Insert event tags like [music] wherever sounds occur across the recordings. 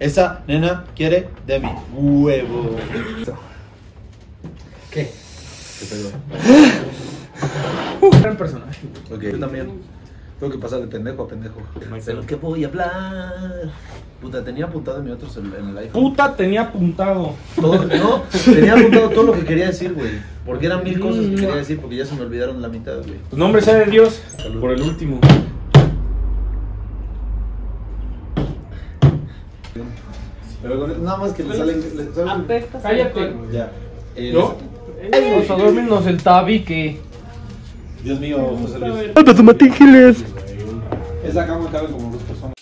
Esa nena quiere de mí. Huevo. ¿Qué? Qué pedo. Gran personaje. Ok. Yo también. Tengo que pasar de pendejo a pendejo. Maestro. ¿De lo que voy a hablar? Puta, tenía apuntado en mi otro cel- en el iPhone. Puta, tenía apuntado. Todo, no, tenía apuntado todo lo que quería decir, güey. Porque eran mil cosas que quería decir, porque ya se me olvidaron la mitad, güey. Pues nombre sea de Dios. Salud. Por el último. Pero con- nada más que le salen. le salen- Cállate. Ya. Eh, ¿No? Vamos a dormirnos el tabique. Dios mío, José Luis. Esa cama cabe como dos personas.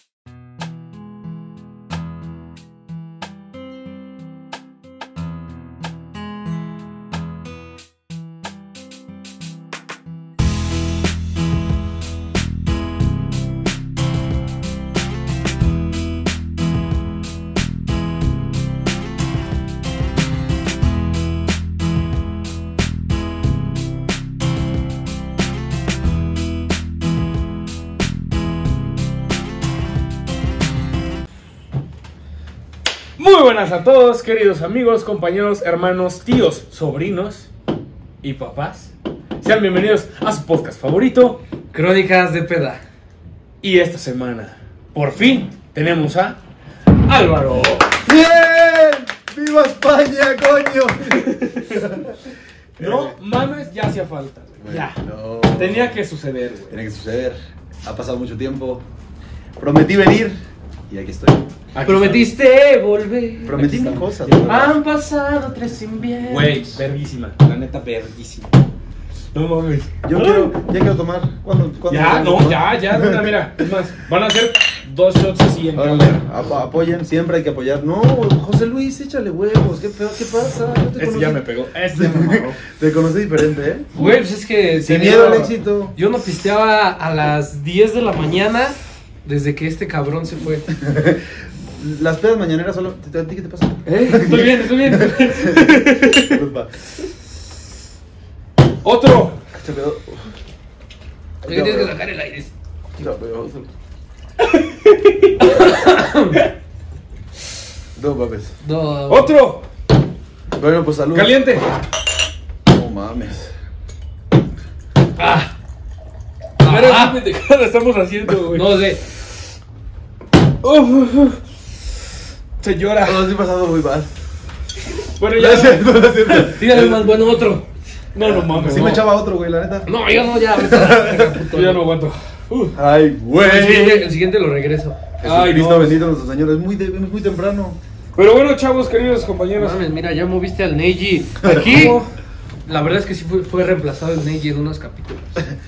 Muy buenas a todos, queridos amigos, compañeros, hermanos, tíos, sobrinos y papás. Sean bienvenidos a su podcast favorito. Crónicas de peda. Y esta semana, por fin, tenemos a Álvaro. ¡Bien! ¡Viva España, coño! No mames, ya hacía falta. güey. ya. No. Tenía que suceder, güey. Tiene que suceder. Ha pasado mucho tiempo. Prometí venir y aquí estoy. Aquí Prometiste volver. Prometí Aquí mil estamos. cosas. Ya. Ah. ¿no? Han pasado tres inviernos. está. Güey, verguísima. La neta, verguísima. No mames. Yo Ay. quiero, ya quiero tomar. ¿Cuándo? cuándo Ya, vamos a no, tomar? ya, ya. Mira, mira. Es más, van a hacer dos shots así en Órale, cámara. ap- apoyen, siempre hay que apoyar. No, José Luis, échale huevos. ¿Qué, pedo? ¿Qué pasa? Yo te Este conocí- ya me pegó. [laughs] Este ya me pegó. Te conocí diferente, ¿eh? Güey, pues es que. Sin tenía- miedo al éxito. Yo no pisteaba a las 10 de la mañana desde que este cabrón [laughs] se fue. Las pedas mañaneras solo. ¿A ti qué te [laughs] pasa? Estoy bien, estoy bien. Disculpa. Otro. Se quedó. Yo tienes que sacar el aire. No, pero- No mames. No. Otro. Bueno, pues saludos. Caliente. No mames. Pero Ah. qué pendejada estamos haciendo, güey. No sé. Uf, uf. Se llora. No, sí he pasado muy mal. Bueno, ya. Ah. Gracias, no lo siento. Tírale más bueno otro. No, no mames. Sí no. me echaba otro, güey, la neta. No, yo no, ya. vete a la verga, [laughs] puto. Yo ya no aguanto. Uh, Ay, El siguiente- güey. el siguiente lo regreso. Ay, Cristo no. bendito nuestro Señor. Es muy, de- es muy temprano. Pero bueno, chavos, queridos No compañeros. mames, mira, ya moviste al Neji. Aquí, No. la verdad es que sí fue, fue reemplazado el Neji en unos capítulos.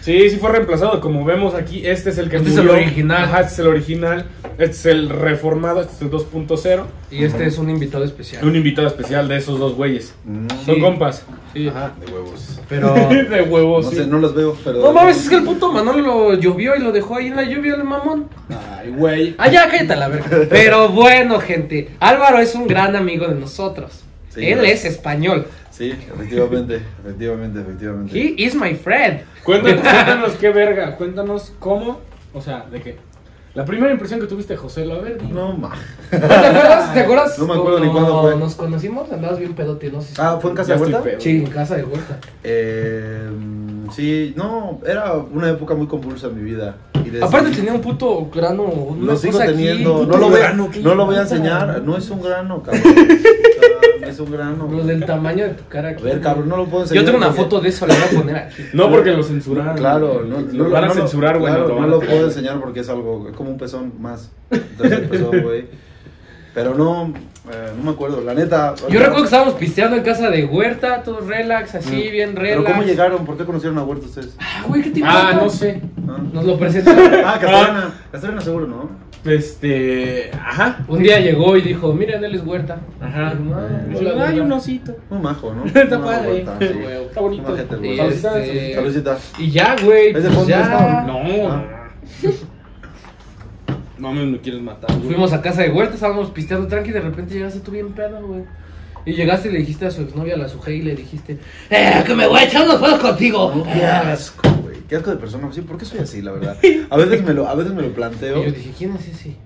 Sí, sí fue reemplazado. Como vemos aquí, este es el que Este es murió. el original. Ajá, este es el original. Este es el reformado. Este es el 2.0. Y este es un invitado Y Un especial. invitado especial de esos dos güeyes. Sí. Son compas. Sí. Ajá, de huevos. Pero. [laughs] [laughs] de huevos. No sí. sé, no los veo, pero. No mames, es que el puto Manolo lo llovió y lo dejó ahí en la lluvia el mamón. Ay, güey. Ah, ya, cállate a [laughs] la verga. Pero bueno, gente, Álvaro es un gran amigo de nosotros. Sí, Él claro. es español. Sí, efectivamente, efectivamente, efectivamente. He is my friend. Cuéntanos, cuéntanos qué verga. Cuéntanos cómo. O sea, de qué. La primera impresión que tuviste, José, lo a ver. [laughs] dime. No mames. ¿Te acuerdas? ¿Te acuerdas? No me acuerdo ni cuándo cuando fue. Nos conocimos, andabas bien pedote, no sé. si- [laughs] Ah, fue en casa Ya de estoy vuelta. pedo. Sí, en casa de vuelta. Eh, mm, sí, no, era una época muy convulsa en mi vida. Y decidí- Aparte tenía un puto grano, una este, lo sigo cosa aquí, teniendo. un no, puto lo voy, grano, ¿qué no lo voy a puta? enseñar. No es un grano, [laughs] cabrón. O sea, no es un grano. Lo del tamaño de tu cara A aquí. ver, cabrón, no lo puedo enseñar. Yo tengo una porque- foto de eso, la voy a poner aquí. No, porque lo censuraron. Claro, no, no lo van a no censurar, güey. claro, no te no van a lo pegar. puedo enseñar porque es algo, es como un pezón más. Entonces, el [laughs] pezón, güey. Pero no, eh, no me acuerdo, la neta. Yo recuerdo que estábamos pisteando en casa de Huerta, todo relax, así, bien relax. Mm. Pero ¿cómo llegaron? ¿Por qué conocieron a Huerta ustedes? Ah, güey, ¿qué te Ah, importa? no sé. Ah, Nos lo presentaron. ah Castellana. Castellana seguro, ¿no? Este. Ajá. Un día llegó y dijo, miren, él es Huerta. Ajá. Y, "Ah, Ay, hola, Huerta". un osito. Muy majo, [laughs] ¿no? Está Muy padre. majo, Huerta, sí. Güey, Está bonito. Imagínate, Y, güey. Saluditas. este, Saludcita. y ya, güey, ¿Ese pues fondo ya. está? No. Ah. No me, me quieres matar, güey. Fuimos a casa de Huerta, estábamos pisteando tranqui y de repente llegaste tú bien pedo, güey. Y llegaste y le dijiste a su exnovia, la Sujei, y le dijiste, ¡Eh, que me voy a echar unos juegos contigo! Oh, No, qué asco, güey. Qué asco de persona. [laughs] Sí, ¿por qué soy así, la verdad? A veces me lo, a veces me lo Y yo planteo. dije, ¿quién es ese?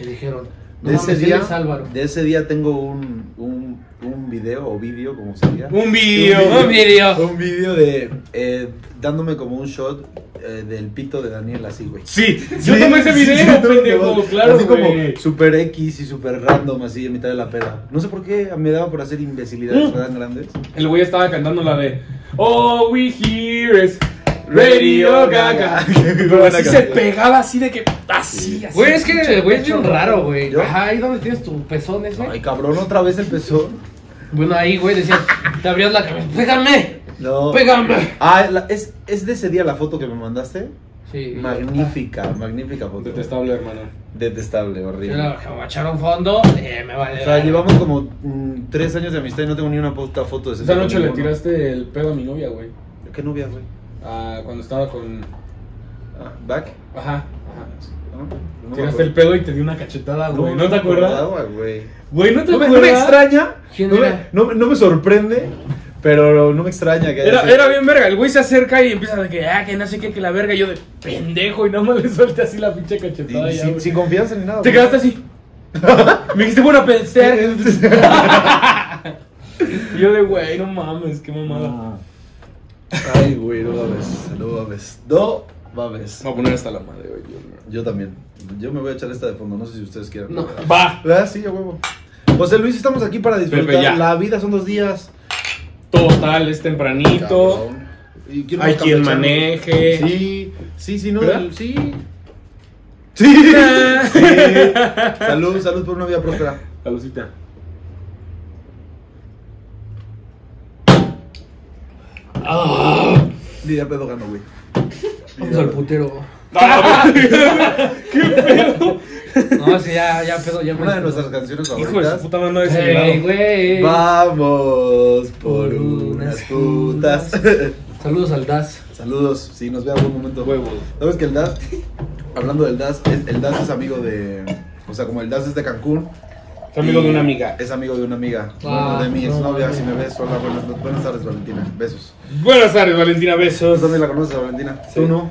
Y dijeron, No De ese mames, día, él es Álvaro. de ese día tengo un, un, un video o vídeo, como se diga. Un video. Un video. Un vídeo de eh, dándome como un shot eh, del pito de Daniel así, güey. Sí, yo tomé ese Sí, video, sí, yo también pendejo, tomé. claro, Así como güey. super X y super random, así en mitad de la peda. No sé por qué me daba por hacer imbecilidades Mm. tan grandes. El güey estaba cantando la de All we hear is Radio [laughs] Gaga. Qué Pero buena así se canción. pegaba así de que así, así. Güey, es que, güey, es bien raro, güey. ¿Yo? Ajá, ahí donde tienes tu pezón ese. Ay, cabrón, otra vez empezó. Bueno, ahí, güey, decía, te abrías la cabeza. ¡Pégame! No. ¡Pégame! Ah, la- es, es de ese día la foto que me mandaste. Sí. Magnífica, magnífica foto. Detestable, hermano. Detestable, Yo horrible. la voy a echar a un fondo. Eh, me vale. O sea, llevamos como mm, tres años de amistad y no tengo ni una puta foto de ese Esa noche le ninguno. tiraste el pedo a mi novia, güey. ¿Qué novia, güey? Ah, cuando estaba con. Ah, ¿Back? Ajá. No, no me Tiraste el acuerdo. pedo y te di una cachetada, güey. ¿No, te me acuerdas? acordaba, güey. Güey, ¿no te No me, acuerdas? no me extraña. ¿Quién no, me, era? no me- no me sorprende, pero no me extraña que haya Era, sido. era bien verga, el güey se acerca y empieza de que, ah, que no sé qué, que la verga, y yo de pendejo, y nada más le suelta así la pinche Y- cachetada. y ya, sin, güey. sin confianza ni nada. Te güey. quedaste [laughs] así. Me dijiste, bueno, pensé. [laughs] [laughs] Y yo de, güey, no mames, qué mamada. No. Ay, güey, no mames, no mames. No mames. Voy a poner hasta la madre, güey. Yo también. Yo me voy a echar esta de fondo, no sé si ustedes quieran. No. Va, Ah, sí, a huevo. José Luis, estamos aquí para disfrutar. Pepe, ya. la vida son dos días. total, es tempranito. Cabrón. Y quiero Hay más quien campechano. maneje. Sí, sí, sí, no. ¿Verdad? Sí. Sí. [laughs] Sí. [laughs] Salud, salud por una vida próspera. Saludcita. Lidia pedo gano, güey. Vamos al putero. ¿Qué pedo? No, sí, ya, ya, pedo, ya. Una de nuestras canciones [laughs] Hijo [laughs] de su favoritas. puta mano de Ey, celular. güey. Vamos por unas putas. Saludos al Das. [laughs] Saludos, si nos vemos un momento. Huevos. ¿Sabes que el DAS, hablando del DAS, el, el DAS es amigo de. O sea, como el DAS es de Cancún, Es amigo de una amiga. es amigo de una amiga. Ah, bueno, de mi no, exnovia, no. si me ves, hola, buenas, buenas tardes, Valentina. Besos. Buenas tardes, Valentina, ¿Tú besos. también la conoces, a Valentina? Sí. ¿Tú no? No.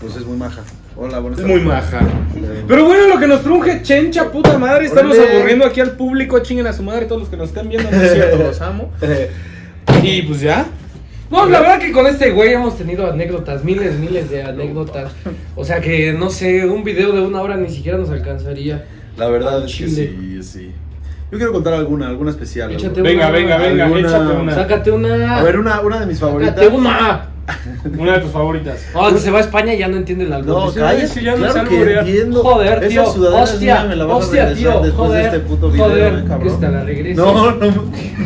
Pues es muy maja. Hola, buenas Es tardes. muy maja. Eh, Pero bueno, lo que nos trunge, chencha, puta madre. Estamos Órale. aburriendo aquí al público. Chinguen a su madre todos los que nos están viendo. No es cierto, los amo. eh, Y pues ya. No, la verdad que con este güey hemos tenido anécdotas, miles, miles de anécdotas. O sea que, no sé, un video de una hora ni siquiera nos alcanzaría. [laughs] la verdad es que Chile. sí, sí. Yo quiero contar alguna, alguna especial. Échate alguna. Venga, venga, venga, Alguna- échate una. Sácate una. A ver, una, una de mis favoritas. Sácate una. Una de tus favoritas. No, si Ah, se va a España y ya no entiende el albur. No, Sí, cállate, es que ya no claro sabe que morir. entiendo. Joder, Esa tío, sudadera hostia, mía me la vas a hostia, regresar tío, después joder, de este puto video, joder, eh, cabrón. que hasta la regreses. No, no,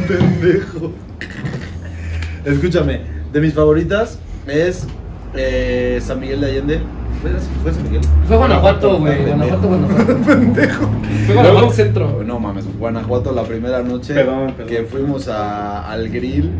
pendejo. Escúchame, de mis favoritas es eh, San Miguel de Allende. ¿Fue, fue San Miguel? Fue Guanajuato, güey. Pendejo. Guanajuato, Guanajuato. [laughs] Pendejo. Fue Guanajuato Centro. No mames, Guanajuato la primera noche Perdón, perdón. que fuimos a- al grill,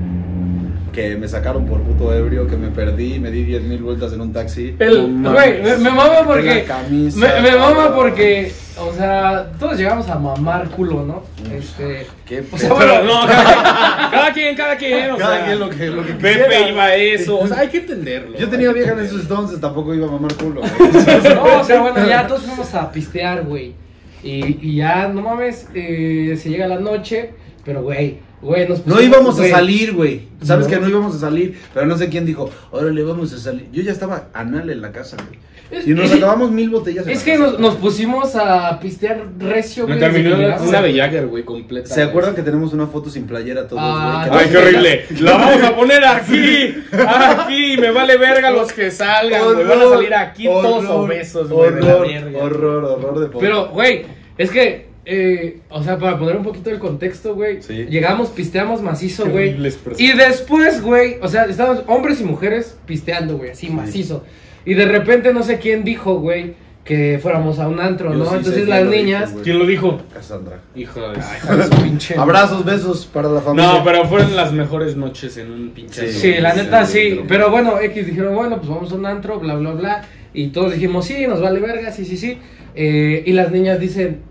que me sacaron por puto ebrio, que me perdí, me di 10.000 vueltas en un taxi. El, No güey, me, mames. me mama De porque. la camisa, me, me mama cabrón. porque. O sea, todos llegamos a mamar culo, ¿no? [laughs] Este. Qué O sea, pedo. [laughs] Pero no, cada, cada quien, cada quien. O Cada sea, quien lo que- lo que Pepe quiera. iba a eso. O sea, hay que entenderlo. Yo tenía vieja en esos entonces, tampoco iba a mamar culo. güey. No, o sea, bueno, ya todos fuimos a pistear, güey. Y, y ya, no mames, eh, se llega la noche, pero güey, güey, [laughs] nos No pusimos- íbamos a güey. salir, güey. Sabes No. que no íbamos a salir, pero no sé quién dijo, órale, vamos a salir. Yo ya estaba anal en la casa, güey. Es- Y nos es- acabamos mil botellas. en Es la que casa. nos, nos pusimos a pistear recio, Me güey. terminó desde que la- llegamos. una de Jagger, güey, completa. ¿Se acuerdan que tenemos una foto sin playera todos, Ah, güey? Que Ay, no- qué horrible. [laughs] La vamos a poner aquí. Aquí. Me vale verga los que salgan, güey. Van a salir aquí todos horror, obesos, güey. de la Horror, verga. horror, horror de foto. Pero, güey, es que, eh, o sea, para poner un poquito el contexto, güey, Sí. llegamos, pisteamos macizo, Qué güey. horribles personas. Y después, güey, o sea, estábamos hombres y mujeres pisteando, güey, así macizo. Y de repente, no sé quién dijo, güey, que fuéramos a un antro, Yo ¿no? sí sé Entonces quién las lo dijo, niñas. güey. ¿Quién lo dijo? Cassandra. Hijo de. pinche. Abrazos, besos para la familia. No, pero fueron las mejores noches en un pinche. Sí. Sí, la neta Sí, sí. pero- Pero bueno, X dijeron, bueno, pues vamos a un antro, bla, bla, bla. Y todos dijimos, sí, nos vale verga, sí, sí, sí. Eh, y las niñas dicen,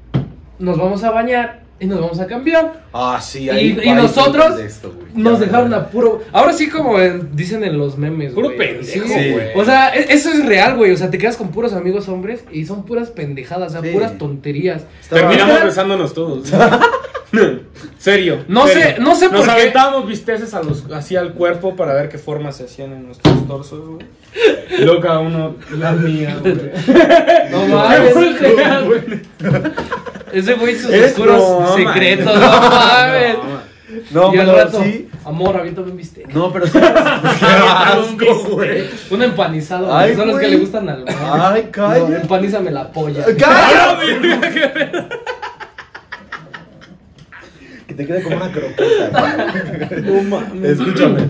nos vamos a bañar. y nos vamos a cambiar. Ah, sí, Y- ahí. y ahí fue nosotros de esto, güey. Nos Ya, dejaron güey. a puro. Ahora sí, como en- dicen en los memes, Puro güey. pendejo, Sí. güey. O sea, e- eso es real, güey. O sea, te quedas con puros amigos hombres y son puras pendejadas, o sea, Sí. puras tonterías. Estaba- terminamos besándonos todos. [laughs] serio. No serio. sé- no sé Nos por qué. aventábamos visteces a los, así al cuerpo para ver qué formas se hacían en nuestros torsos, güey. Y Luego cada uno la mía, güey. No [laughs] mames, mames, Ese güey sus Es oscuros broma. [laughs] secretos, no mames. No, y al pero rato, sí. amor, aviéntame un bistec. No, pero [laughs] sí. asco, güey. Un empanizado, Ay, güey. Son los que güey. Ah, le gustan al mar. Ay, No, calla. empanízame la polla. ¡Calla! Que te quede como una croqueta, güey. No mames. Escúchame.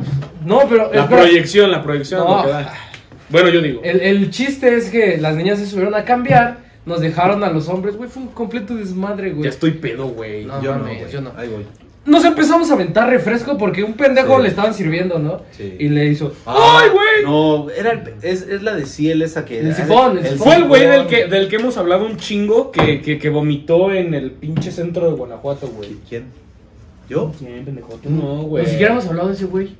No, pero. La espera. proyección, la proyección. No. lo que da. Bueno, yo digo. El, el chiste es que las niñas se subieron a cambiar, nos dejaron a los hombres, güey, fue un completo desmadre, Ya güey. estoy pedo, güey. No. Yo no, mames, güey. yo no. Ahí voy. Nos empezamos a aventar refresco porque un pendejo Sí. le estaban sirviendo, ¿no? Sí. Y le hizo, Ah, ¡ay, güey! No, era el- es, es la de Ciel esa que. El sifón, el sifón. Fue el güey del Simón. que, del que hemos hablado un chingo que, que, que vomitó en el pinche centro de Guanajuato, güey. ¿Quién? ¿Yo? ¿Quién, pendejo? Tú no, güey. Ni siquiera hemos hablado de ese güey.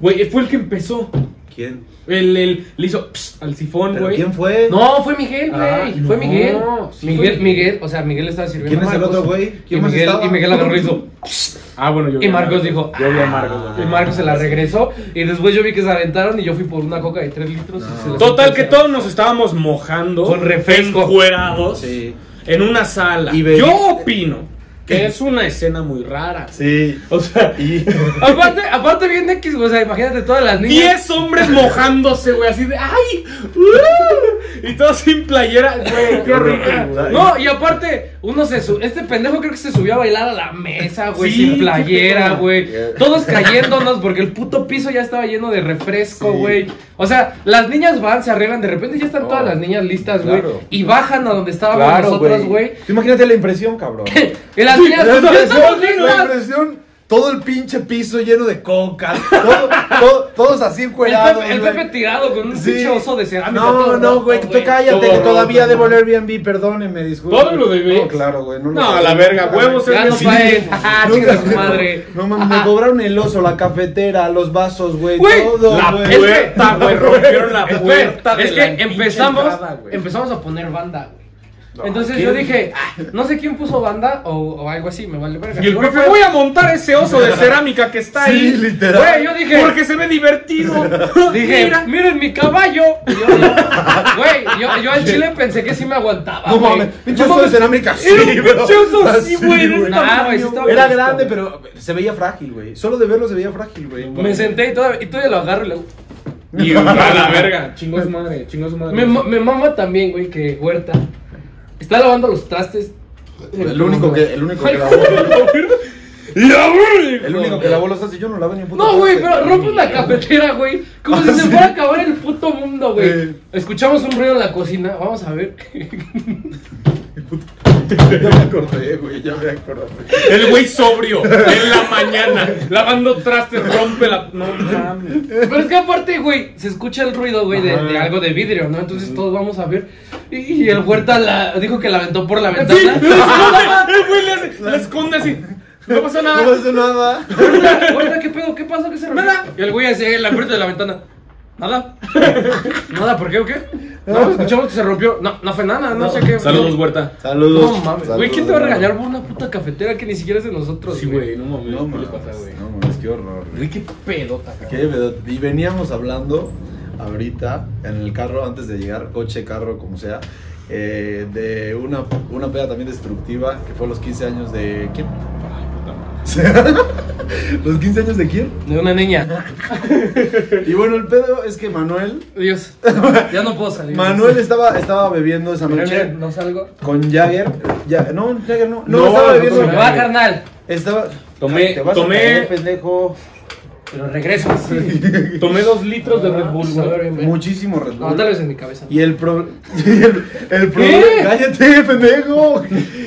Güey, fue el que empezó. ¿Quién? El, el, le hizo pss, al sifón, ¿Pero güey. quién fue? No, fue Miguel, güey. Ah, fue no, Miguel. sí fue Miguel, Miguel. Miguel, o sea, Miguel le estaba sirviendo. ¿Quién a es el Marcos. otro güey? ¿Quién Y más Miguel, estaba? y Miguel agarró y hizo. Ah, bueno, yo Y vi a Marcos dijo, "Ah". Yo vi a Marcos, Y güey. Marcos se la regresó. Y después yo vi que se aventaron y yo fui por una coca de 3 litros. y se la- Total que todos nos estábamos mojando. Con refresco. encuerados, Sí. En una sala. Y bebí- Yo opino que es una escena muy rara. Sí. O sea, Y. Aparte, aparte bien X, güey, o sea, imagínate todas las niñas. 10 hombres mojándose, güey, así de ¡ay! ¡Uh! Y todos sin playera, güey, qué rico. No, y aparte, uno se su- este pendejo creo que se subió a bailar a la mesa, güey, Sí, sin qué playera, pedo. güey. Yeah. Todos cayéndonos porque el puto piso ya estaba lleno de refresco, Sí. güey. O sea, las niñas van, se arreglan, de repente ya están No. todas las niñas listas, güey. Claro. Y bajan a donde estábamos nosotros, güey. Tú imagínate la impresión, cabrón. [laughs] Y las niñas, pues, La "Ya estamos impresión, la listas. impresión, todo el pinche piso lleno de coca, todo, todo- todos así El encuerados. Pepe, el güey. Pepe tirado con un Sí. pinche oso de cerámica. todo No, no, roto, güey, que tú cállate, Todo que todavía roto, debo el Airbnb, perdónenme, disculpe. Todo lo debes. No, claro, güey. [laughs] No, lo No, sé. la verga, huevos Ya no Sí. paguen. Ajá, Ah, chinga su madre. [laughs] No mames, me cobraron el oso, la cafetera, los vasos, güey, Güey, todo, la güey. puerta, güey, rompieron la Espera, puerta. de Es la que pinche empezamos, entrada, güey. empezamos a poner banda, güey. No, Entonces ¿quién? yo dije, "Ah, no sé quién puso banda o, o algo así, me vale verga. Y el Creo que profe, fue- voy a montar ese oso de cerámica que está Sí, ahí. literal. Güey, yo dije. Porque se ve divertido. Dije, Mira. miren mi caballo. Y yo, Güey, yo, yo al chile pensé que sí me aguantaba. No güey. mames, pinche No oso de mames. cerámica, sí, Era un bro. pinche oso así, güey, de güey. esta- Nah, güey, sí estaba Era bonito, grande, güey. pero se veía frágil, güey. Solo de verlo se veía frágil, güey. Me senté y todavía, y todavía lo agarro y le [laughs] Y a la verga. Chingo su madre, chingo su madre. Me, ma- me mama también, güey, que Huerta está lavando los trastes. El único que, el único que lavó, ¡La verga! el único que lavó los haces, yo no lavé ni un puto. No, güey, traste. pero rompe la cafetera, güey. [laughs] Como si se fuera a acabar el puto mundo, güey. Sí. Escuchamos un ruido en la cocina. Vamos [laughs] a ver. Ya me acordé, güey, ya me acordé. El güey sobrio, en la mañana, lavando trastes, rompe la. No mames. Pero es que aparte, güey, se escucha el ruido, güey, de, Ajá. de algo de vidrio, ¿no? Entonces todos vamos a ver. Y, y el huerta la, dijo que la aventó por la Sí, ventana. [laughs] le esconde, el güey le hace, la esconde así. No pasa No nada. pasó nada. Huerta, Huerta, ¿qué pedo? ¿Qué pasó? ¿Qué se rompió? Nada. Y el güey hacia la frente de la ventana. [laughs] Nada. Nada, ¿por qué o qué? No, escuchamos que se rompió. No, no fue nada, no, No. sé qué. Saludos, huerta. Saludos. No mames, güey, ¿quién te va a regañar por una puta cafetera que ni siquiera es de nosotros? Sí, güey, no mames. No ¿Qué le mames, pasa, güey? no mames, qué horror, güey. Güey, qué pedota, cabrón. Qué pedo. Y veníamos hablando ahorita en el carro, antes de llegar, coche, carro, como sea, eh, de una, una peda también destructiva que fue los 15 años de. ¿Quién? [laughs] ¿Los 15 años de quién? De una niña. Y bueno, el pedo es que Manuel. Dios. Ya no puedo salir. Manuel estaba, estaba bebiendo esa noche No salgo. con Jagger. Ya- no, Jagger no. No, No, estaba no bebiendo. Se me va, carnal. Estaba. Tomé- Te vas a tomé- caer, pendejo. Pero regresas. Tomé dos litros de Red Bull, Ah, güey. Muchísimo Red No, Bull. tal vez en mi cabeza. Y el, pro- [laughs] y el, el problema. ¡Cállate, pendejo!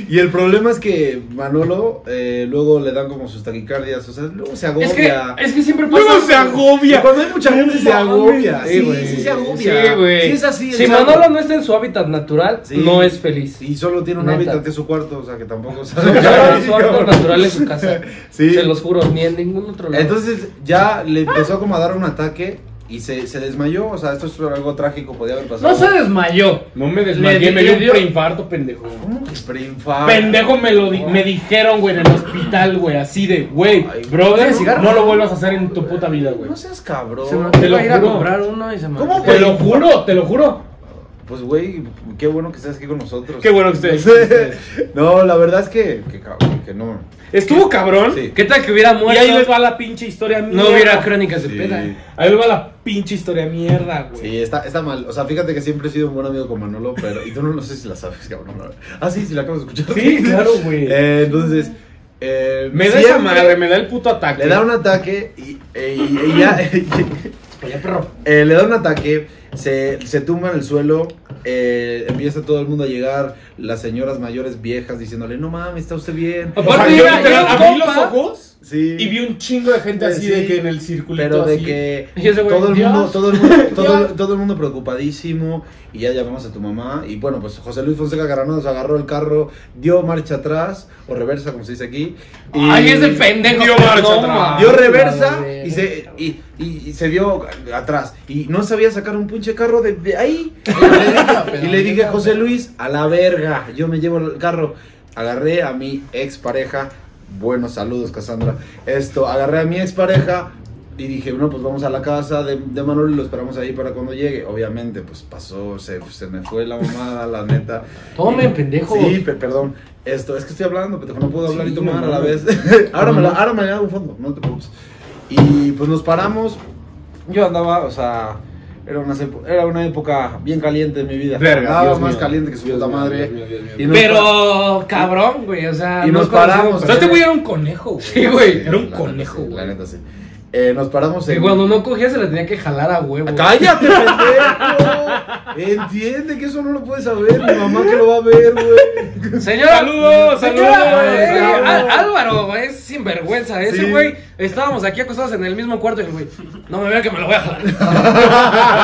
Y el problema es que Manolo eh, luego le dan como sus taquicardias. O sea, luego se agobia. es que, es que siempre pasa. Luego se Y agobia. Cuando hay mucha gente se mames, agobia. sí, Sí, sí, güey. se agobia. Sí, güey. Sí, es así. Si o sea, Manolo no está en su hábitat natural, Sí. no es feliz. Y solo tiene un Neta. hábitat que es su cuarto, o sea que tampoco Su sabe. hábitat natural es su casa. [laughs] Sí. Se los juro, ni en ningún otro lado. Entonces ya le empezó como a dar un ataque y se, se desmayó. O sea, esto es algo trágico, podía haber pasado. no se desmayó. No me Le- desmayé, me le dio un dio- preinfarto, pendejo. ¿Cómo que preinfarto? Pendejo me lo di- me dijeron, güey, en el hospital, güey, así de, güey, Ay, brother, ¿quieres cigarro? no lo vuelvas a hacer en tu puta vida, güey. No seas cabrón. Se me Te lo acaba de ir a juro. comprar uno y se me ¿Cómo, olvidó. Te lo juro, te lo juro. Pues güey, qué bueno que estés aquí con nosotros. Qué bueno que [laughs] estés aquí, ustedes. no, la verdad es que, que, cabrón, que no. Estuvo cabrón. Sí. ¿Qué tal que hubiera Y muerto? ahí les va la pinche historia mierda. No hubiera crónicas de ¿eh? Sí. peda. Ahí les va la pinche historia mierda, güey. Sí, está, está mal. O sea, fíjate que siempre he sido un buen amigo con Manolo, pero. Y tú no, no sé si la sabes, cabrón. la verdad. Ah, sí, sí la acabas de escuchar. Sí, claro, güey. Eh, entonces. eh, Me da esa siempre madre, me da el puto ataque. Le da un ataque y, eh, y- y ya. Oye, Pues perro. [laughs] Eh, le da un ataque, se, se tumba en el suelo, eh, empieza todo el mundo a llegar, las señoras mayores viejas diciéndole, no mames, está usted bien. O sea, Aparte, yo era- literal era un abrí los compa. ojos Sí. y vi un chingo de gente así Sí. de que en el circulito Pero de así. que Y ese güey, todo el, Dios. mundo, todo, el mundo, todo, Dios. todo el mundo preocupadísimo y ya llamamos a tu mamá y bueno, pues José Luis Fonseca Granados agarró el carro, dio marcha atrás o reversa como se dice aquí. y- Ay, ese pendejo. Dio Mm. marcha No, atrás. mames. dio reversa Madre. y se, y, y- y se dio atrás. Y no sabía sacar un pinche carro de, de [laughs] ahí. Y le dije- Y le dije, José Luis, a la verga, yo me llevo el carro. Agarré a mi expareja. Buenos saludos, Cassandra. Esto, agarré a mi expareja. Y dije, bueno, pues vamos a la casa de, de Manuel y lo esperamos ahí para cuando llegue. Obviamente, pues pasó, se, se me fue la mamada, la neta. Tomen, pendejo. Sí, pe- perdón. Esto, es que estoy hablando, pendejo, no puedo hablar Sí, y tomar no a la vez. mames. [laughs] ahora, me la, Ujú. ahora me hago un fondo, no te preocupes. Y pues nos paramos. Yo andaba, o sea, era una, sepo- era una época bien caliente de mi vida. Verga, andaba Dios más mío. caliente que su Dios puta mío, madre. Dios mío, Dios mío. Y nos pa- Pero, cabrón, güey, o sea. Y no nos conocemos paramos, O sea, personas. este güey era un conejo, güey. Sí, güey, Era la un neta conejo, sí, La güey. neta sí. Eh, nos paramos Que en. cuando no cogía se la tenía que jalar a huevo. ¡Cállate, pendejo! Entiende que eso no lo puedes saber. Mi mamá que lo va a ver, güey. Señora. Saludos, señora, saludos, güey, saludos. Á- Álvaro, es sinvergüenza. Ese Sí. güey, estábamos aquí acostados en el mismo cuarto y el güey, no me vea que me lo voy a [laughs] jalar.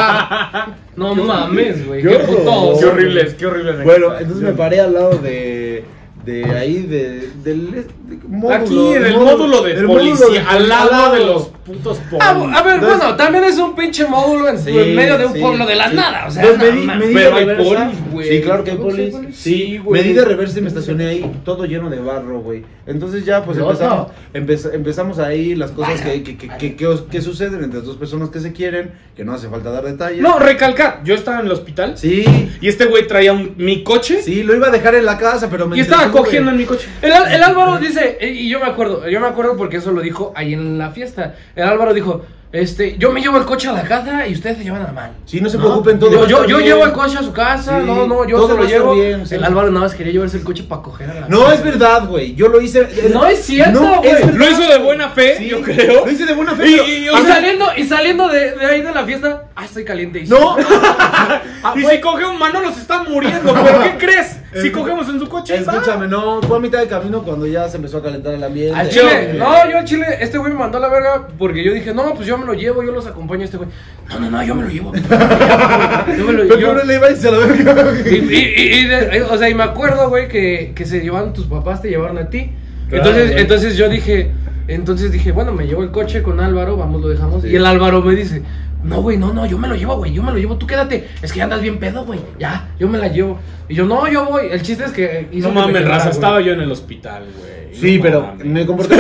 no mames, güey. qué Qué horror. puto. Qué Qué horrible horribles, qué horribles. Bueno, entonces me paré al lado de. De ahí, de, del de- módulo. Aquí, en el módulo de del módulo policía, de- al lado de los putos Ah, bu- a policías. ver, Entonces- bueno, también es un pinche módulo en, Sí, Pues en medio de un sí, pueblo de la sí. nada, o sea, Entonces no me di- me mames. di Pero de hay reversa. polis, güey. Sí, claro que hay ¿Cómo que hay polis. polis? Sí, Sí, güey. Me di de reversa y me estacioné ahí, todo lleno de barro, güey. Entonces ya, pues No, empezamos, no. empeza- empezamos ahí las cosas Vaya, que, que, que, que, que os- que suceden entre dos personas que se quieren, que no hace falta dar detalles. No, recalcar, yo estaba en el hospital Sí, y este güey traía un- mi coche sí, lo iba a dejar en la casa, pero me. y estaba entretuve. cogiendo en mi coche. El, Al- el Álvaro dice, eh, y yo me acuerdo, yo me acuerdo porque eso lo dijo ahí en la fiesta. El Álvaro dijo, este, yo me llevo el coche a la casa y ustedes se llevan a la mano. Sí, no se No, preocupen todo. Yo, va a yo, estar yo bien. llevo el coche a su casa, Sí, no, no, yo todo se va lo a estar llevo. bien, sí. El Álvaro nada más quería llevarse el coche para coger a la No es verdad, güey. Yo lo hice. eh, No es cierto, güey. es verdad, Lo hizo de buena fe, Sí, yo creo. Lo hice de buena fe. Y- pero- y- Y o sea, saliendo, y saliendo de, de ahí de la fiesta, ah, estoy caliente. Y no. ah, y si coge un Manolo se está muriendo, pero ¿qué crees? Si cogemos en su coche, va. Escúchame, no. Fue a mitad de camino cuando ya se empezó a calentar el ambiente. Eh, Al chile, no, yo al chile, este güey me mandó a la verga porque yo dije, no, pues yo me lo llevo, yo los acompaño a este güey. No, no, no, yo me lo llevo. [laughs] Yo me lo- Pero yo- yo no le iba a decir a la verga. Y, y- y- y de- eh, o sea, y me acuerdo, güey, que, que se llevaron tus papás, te llevaron a ti. Claro, entonces, güey. entonces yo dije, entonces dije, bueno, me llevo el coche con Álvaro, vamos, lo dejamos. Sí. Y el Álvaro me dice, no, güey, no, no, yo me lo llevo, güey, yo me lo llevo, tú quédate. Es que ya andas bien pedo, güey, ya, yo me la llevo. Y yo, no, yo voy. El chiste es que hizo No que me mames, quedara, raza, güey. estaba yo en el hospital, güey. Sí, No pero mames. me comporté.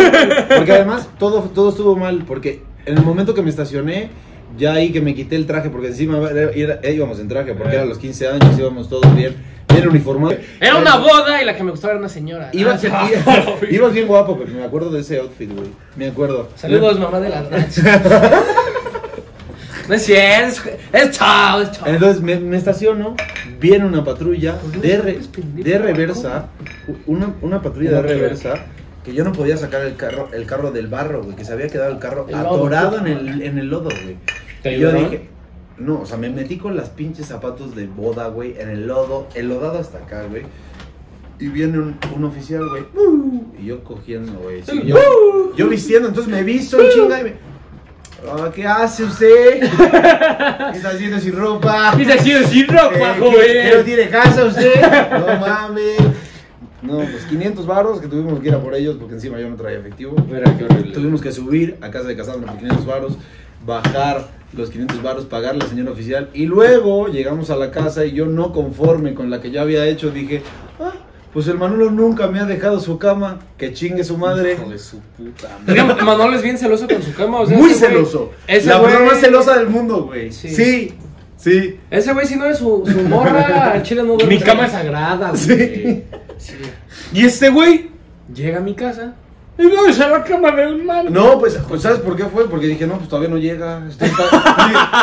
Porque además todo, todo estuvo mal. Porque en el momento que me estacioné, ya ahí que me quité el traje. Porque encima era- era- eh, íbamos en traje. Eh. Porque eran los 15 años, íbamos todos bien, bien uniformados. Era una boda y la que me gustaba era una señora. Iba- Ah, sí. [laughs] Ibas bien guapo, pero me acuerdo de ese outfit, güey. Me acuerdo. Saludos, mamá de [laughs] las nachas. No es cierto, es- es chao, es chao. Entonces me, me estaciono, viene una patrulla ¿Por qué no de, te re- puedes prender de la reversa, una, una patrulla de Una patrulla. reversa, que yo no podía sacar el carro, el carro del barro, güey, que se había quedado el carro El lodo, atorado puta en, el, en el lodo, güey. ¿Te Y yo ayudaron? dije, no, o sea, me metí con las pinches zapatos de boda, güey, en el lodo, enlodado hasta acá, güey. Y viene un, un oficial, güey. "Uh", Y yo cogiendo, güey. sí, yo, yo vistiendo, entonces me visto en chinga y me. "Ah, ¿Qué hace usted? [laughs] ¿Qué está haciendo sin [laughs] ropa? Dice así decir rock, Eh, bajo, ¿qué, qué no güey. tiene casa usted? [laughs] No mames. No, pues 500 varos que tuvimos que ir a por ellos porque encima yo no traía efectivo. Mira qué horrible. Tuvimos que subir a casa de Casandra por 500 varos, bajar los 500 varos, pagarle al señor oficial y luego llegamos a la casa y yo no conforme con la que yo había hecho dije, ah, pues el Manolo nunca me ha dejado su cama, que chingue su madre. Hijo de su puta madre. Oigan, Manolo es bien celoso con su cama, o sea, Muy ese güey- celoso. ese la güey- persona más celosa del mundo, güey. Sí. sí. sí. Ese güey, si no es su, su morra, al chile no duerme. Mi cama es sagrada, Sí. Sí. Y este güey. Llega a mi casa. Y no a la cama del man. No, pues, pues, ¿sabes por qué fue? Porque dije, no, pues todavía no llega. esto está-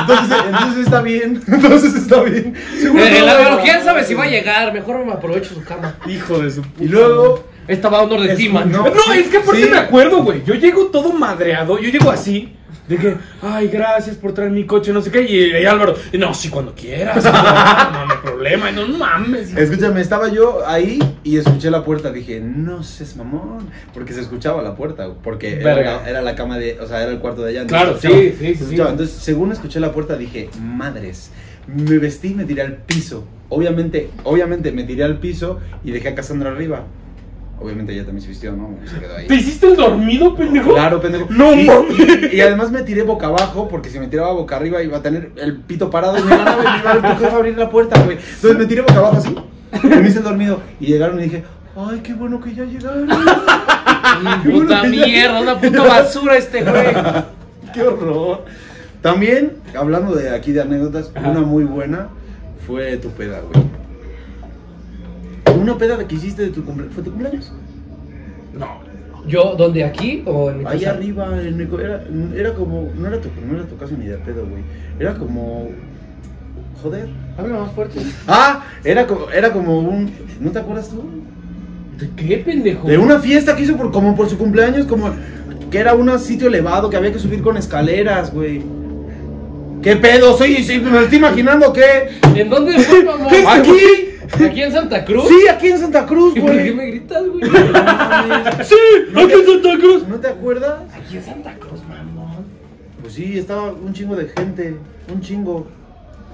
entonces, entonces está bien. [laughs] Entonces está bien. Seguro Eh, no la va a verdad, llegar. ¿quién sabe si va a llegar? Mejor me aprovecho su cama. Hijo de su puta Y luego, Esta va a honor de Es- ti, man. [laughs] no. [laughs] No, es que aparte Sí. me acuerdo, güey. Yo llego todo madreado, yo llego así. De que, ay, gracias por traer mi coche, no sé qué. Y, y Álvaro, no, sí, cuando quieras. No, no, no hay problema. Y No, no mames. escúchame, estaba yo ahí y escuché la puerta. Dije, no seas mamón. Porque se escuchaba la puerta. Porque Verga. era, era la cama de, o sea, era el cuarto de allá. Claro, Entonces, sí, se sí, sí, escuchaba. sí. Entonces, según escuché la puerta, dije, madres. Me vestí y me tiré al piso. Obviamente, obviamente me tiré al piso y dejé a Cassandra arriba. Obviamente ella también se vistió, ¿no? Se quedó ahí. ¿Te hiciste el dormido, pendejo? Claro, pendejo. No y, mames. y- y además me tiré boca abajo porque si me tiraba boca arriba iba a tener el pito parado y me iban a venir a ver, "Jefe, abrir la puerta, güey. Entonces me tiré boca abajo así. y Me hice el dormido y llegaron y dije, "Ay, qué bueno que ya [laughs] llegaron." Mm, Puta mierda, una puta basura este [laughs] güey. qué horror. También hablando de aquí de anécdotas, Ajá. una muy buena fue tu peda, güey. Una peda que hiciste de tu cumpleaños. ¿Fue tu cumpleaños? No. ¿Yo, dónde? ¿Aquí o en mi Ahí casa? arriba, en el co- era, era como. No era, tu, no era tu casa ni de pedo, güey. Era como. Joder. Habla más fuerte. Ah, era como, era como un. ¿No te acuerdas tú? ¿De qué, pendejo? De una fiesta que hizo por, como por su cumpleaños, como. Que era un sitio elevado que había que subir con escaleras, güey. ¿Qué pedo? Soy, sí, me estoy imaginando que. ¿En dónde [laughs] fue, mamá? ¡Aquí! ¿Aquí en Santa Cruz? Sí, aquí en Santa Cruz, ¿Y por qué güey. me gritas, [laughs] güey? ¡Sí! ¡Aquí en Santa Cruz! ¿No te acuerdas? Aquí en Santa Cruz, mamón. Pues sí, estaba un chingo de gente. Un chingo.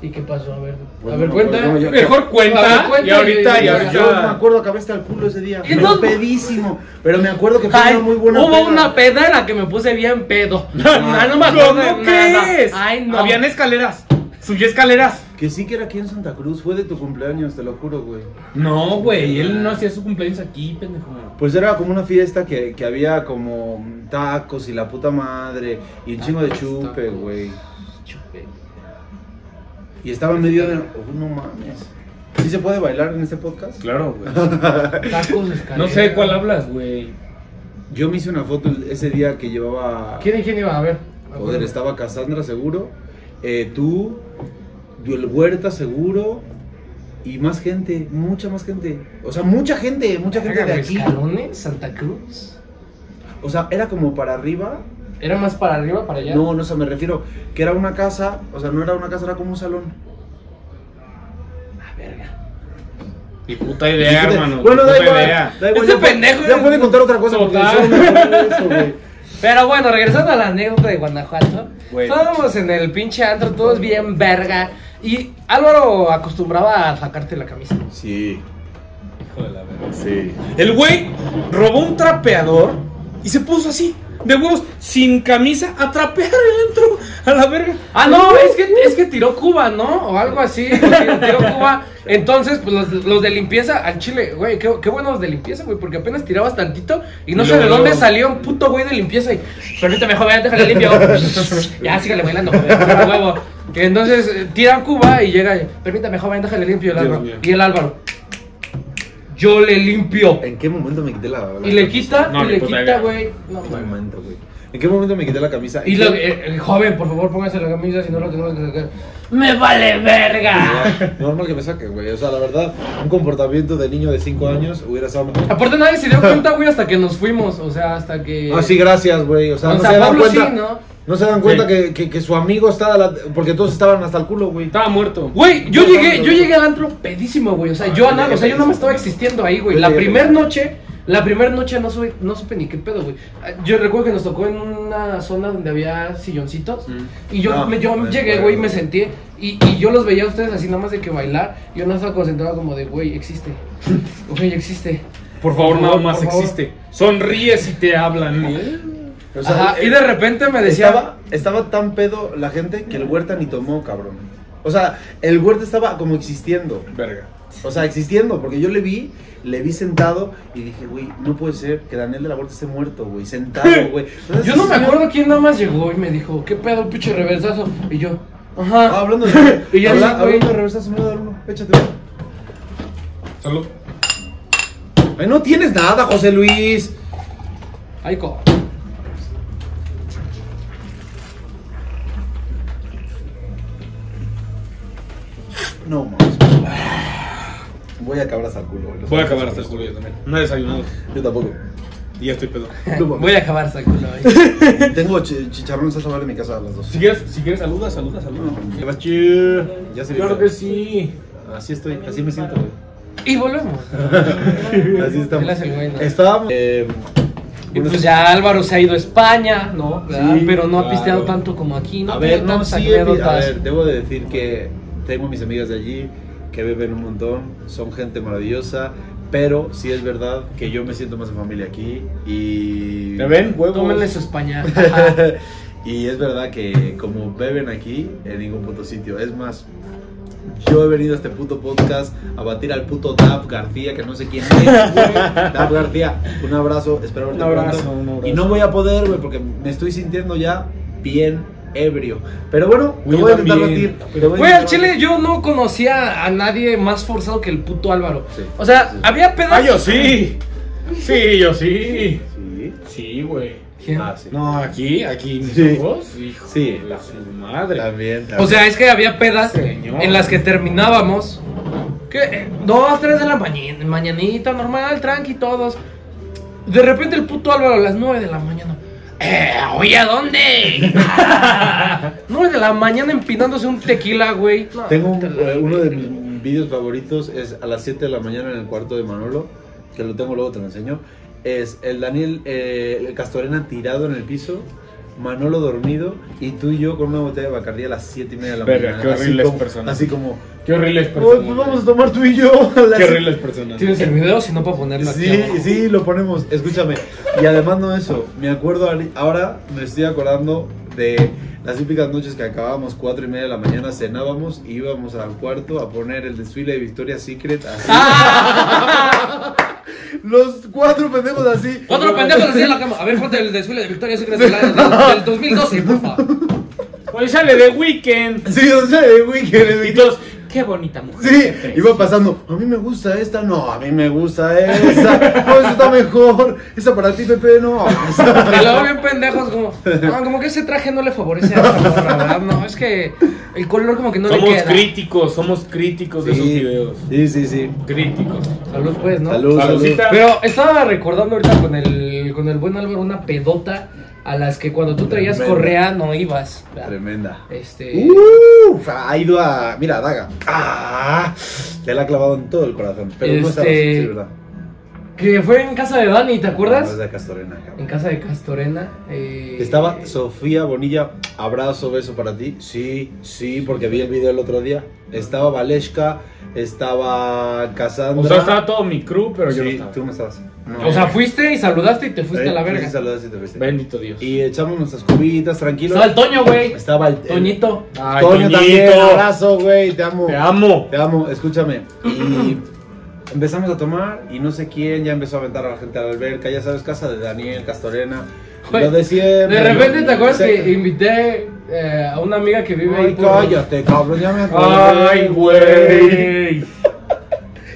¿Y qué pasó? A ver, Bueno, a ver, no, cuenta. pues, no, yo- Mejor A cuenta. ver, cuenta y ahorita, y- y Yo, ahorita. yo no me acuerdo que había hasta el culo ese día. ¿Qué Pero no? pedísimo. Pero me acuerdo que fue Ay, una muy buena hubo peda. una peda en la que me puse bien [laughs] pedo. Ah, no me acuerdo de ¿Cómo nada. crees? Ay, no. Habían escaleras. Subí escaleras. Que sí que era aquí en Santa Cruz. Fue de tu cumpleaños, te lo juro, güey. No, güey. Él no hacía su cumpleaños aquí, pendejo. Pues era como una fiesta que, que había como tacos y la puta madre y un chingo de chupe, tacos. güey. pues, Y estaba en medio de... Oh, no mames. ¿Sí se puede bailar en este podcast? Claro, [laughs] güey. Tacos de escalera. No sé de cuál hablas, güey. Yo me hice una foto el- ese día que llevaba... ¿Quién y quién iba? A ver. Joder, estaba Cassandra seguro, eh, tú, el Huerta seguro y más gente, mucha más gente. O sea, mucha gente, mucha gente de Verga, aquí. ¿Escalones? ¿Santa Cruz? O sea, era como para arriba ¿Era más para arriba, para allá? No, no, o sea, me refiero que era una casa, o sea, no era una casa, era como un salón. Ah, verga. Ni puta idea, hermano. Bueno, ni da puta igual. idea. da igual, Este ya puede- pendejo Ya es- puede contar otra cosa porque Total. solo me acuerdo de eso, [laughs] güey. Pero bueno, regresando a la anécdota de Guanajuato, Güey. estábamos en el pinche antro, todos bien verga. Y Álvaro acostumbraba a sacarte la camisa. Sí, Hijo de la verga. sí. El güey robó un trapeador y se puso así, de huevos, sin camisa, a trapear adentro, a la verga. Ah, no, es que, es que tiró Cuba, ¿no? O [laughs] algo así, o tiró, tiró Cuba. Entonces, pues los, los de limpieza al chile, güey, qué, qué buenos de limpieza, güey, porque apenas tirabas tantito y no sé de Luego, dónde luego. salió un puto güey de limpieza y, permíteme, joven, déjale limpio. [laughs] ya, sígale bailando, joven, a [laughs] huevo. Entonces, eh, tiran Cuba y llega, y, permítame, joven, déjale limpio el Dios Álvaro. mío. Y el Álvaro. yo le limpio. ¿En qué momento me quité la, la Y le camisa? quita, No, y ni le puta quita, idea. güey. No, ¿En qué güey. momento, güey? ¿En qué momento me quité la camisa? Y ¿En lo, qué- eh, eh, joven, por favor, póngase la camisa si no lo tenemos que sacar. ¡Me vale verga! Normal que me saque, güey. O sea, la verdad, un comportamiento de niño de 5 años hubiera estado mejor. Aparte nadie se dio cuenta, güey, hasta que nos fuimos. O sea, hasta que... Ah, sí, gracias, güey. O sea, O no sea, se dan Pablo sí, cuenta. ¿no? no se dan cuenta Sí. que, que, que su amigo estaba. la- porque todos estaban hasta el culo, güey. Estaba muerto. Güey, yo llegué, yo llegué al antro pedísimo, güey. O Ah, sea, yo nada, o sea, yo nada más estaba existiendo ahí, güey. La primera noche, la primera noche no supe, no supe ni qué pedo, güey. Ah, Yo recuerdo que nos tocó en una zona donde había silloncitos. Y yo, Mm. No, me- yo me llegué, acuerdo. güey, me senté. Y, y yo los veía a ustedes así nada más de que bailar. y Yo no estaba concentrado como de, güey, existe. [laughs] Güey, existe. Por favor, Por nada favor, más por favor. existe. Sonríe si te hablan. ¿eh? O sea, Ajá, y de repente me decía... Estaba, estaba tan pedo la gente que el huerta ni tomó, cabrón. O sea, el huerta estaba como existiendo. Verga. O sea, existiendo, porque yo le vi, le vi sentado y dije, güey, no puede ser que Daniel de la Huerta esté muerto, güey, sentado, [laughs] güey. Entonces, Yo no me sí, acuerdo quién nada más llegó y me dijo, ¿qué pedo, pinche reversazo? Y yo, Ah, ajá. hablando de. [laughs] Y ya habla- sí, güey. hablando de reversazo, me voy a dar uno. Échate uno. Salud. Ay, no tienes nada, José Luis. Ay, co. No, mames. Voy a acabar hasta el culo, güey. Voy a acabar hasta el culo yo también. No he desayunado. Yo tampoco. Y ya estoy pedo. No mames. Voy a acabar saculo hoy. [laughs] Tengo chi- chicharrón en salsa verde en mi casa a las dos. Si quieres, si quieres saluda, saluda, saluda. Qué Ya se Claro vio. que sí. Así estoy, así me siento, güey. Y volvemos. Ah, Así estamos. Él es el güey, ¿no? Estábamos. eh, Y unos- pues ya Álvaro se ha ido a España, ¿no? ¿Verdad? Sí, Pero no ha pisteado claro. tanto como aquí, ¿no? a tiene ver, no, tantas sí, he vi- a anécdotas. ver, debo de decir que tengo mis amigas de allí que beben un montón, son gente maravillosa, pero sí es verdad que yo me siento más en familia aquí y... ¿Te ven? Huevos. Tómenle su [laughs] España. Ajá. y es verdad que como beben aquí, en ningún puto sitio. Es más, yo he venido a este puto podcast a batir al puto Dab García, que no sé quién es. güey. Dab García, un abrazo, espero verte Un abrazo, pronto. un abrazo. Y no voy a poder, güey, porque me estoy sintiendo ya bien ebrio. Pero bueno, te Yo voy a intentar también. batir. te voy a Güey, al intentar chile yo no conocía a nadie más forzado que el puto Álvaro. Sí. O sea, Sí. había pedas. Ah, yo sí. Sí, yo sí. batir. Sí, güey. ¿Quién? Ah, sí. No, aquí, aquí, mis Sí. ojos. Hijo Sí. de la su madre. También, O sea, es que había pedas Señor. en las que terminábamos. Que eh, dos, tres de la mañana, mañanita, normal, tranqui, todos. De repente el puto Álvaro a las nueve de la mañana. Eh, oye, [laughs] ¿a dónde? Nueve de la mañana empinándose un tequila, güey. No, Tengo un- te la- eh, uno de mis vídeos favoritos, es a las 7 de la mañana en el cuarto de Manolo, que lo tengo luego, te lo enseño. Es el Daniel eh, el Castorena tirado en el piso, Manolo dormido y tú y yo con una botella de Bacardí a las 7 y media de la Verga, mañana. qué horribles como, personas. Así como, Qué horribles "Oye, personas. pues vamos a tomar tú y yo. a las Qué horribles personas. Tienes el video, si no, para ponerlo aquí. Sí, abajo. sí, lo ponemos, escúchame. Y además no eso, me acuerdo, ahori- ahora me estoy acordando de las típicas noches que acabábamos cuatro y media de la mañana, cenábamos y íbamos al cuarto a poner el desfile de Victoria's Secret. así. Los cuatro pendejos así. Cuatro pendejos así en la cama. A ver, ponte el desfile de Victoria [laughs] Secret del, año- del 2012, por favor. Oye, Pues, sale de weekend. Sí, o sea, de Weeknd, de Y Victoria's todos, qué bonita mujer. Sí, iba pasando, a mí me gusta esta, no, a mí me gusta esa, no, esa está mejor, esa para ti, Pepe, [laughs] no. esa- Y luego bien pendejos, como, no, como que ese traje no le favorece a la morra, ¿verdad? No, es que el color como que no le somos queda. críticos, somos críticos de esos videos. sí, sí, sí. Críticos. Salud, pues, ¿no? Salud, salud. Saludcita. Pero estaba recordando ahorita con el, con el buen Álvaro una pedota a las que cuando tú traías Tremendo. Uh. correa no ibas. ¿verdad? Tremenda. Este. Uf, ha ido a. Mira, Daga. Ah, le la ha clavado en todo el corazón. Pero no estabas, Este, sí, es verdad. Que fue en casa de Dani, ¿te Ah, No, acuerdas? es de Castorena, cabrón. En casa de Castorena. eh, Estaba Sofía Bonilla, abrazo, beso para ti. Sí, sí, porque vi el video el otro día. Estaba Valeshka, estaba Cassandra. O sea, estaba todo mi crew, pero yo no Sí, estaba. tú no estabas. O sea, fuiste y saludaste y te fuiste Eh, a la sí, verga. saludaste y te fuiste. Bendito Dios. Y echamos nuestras cubitas, tranquilo. Estaba el Toño, güey. Estaba el- el- Toñito. Ay, Toño Toñito. también, abrazo, güey, Te amo. Te amo, [clears throat] escúchame. Y empezamos a tomar y no sé quién ya empezó a aventar a la gente a la alberca, ya sabes, casa de Daniel, Castorena. Güey, lo de siempre. De repente, ¿te acuerdas Exacto. que invité eh, a una amiga que vive ahí? Ay, por- cállate, cabrón, ya me acordé. Ay, güey.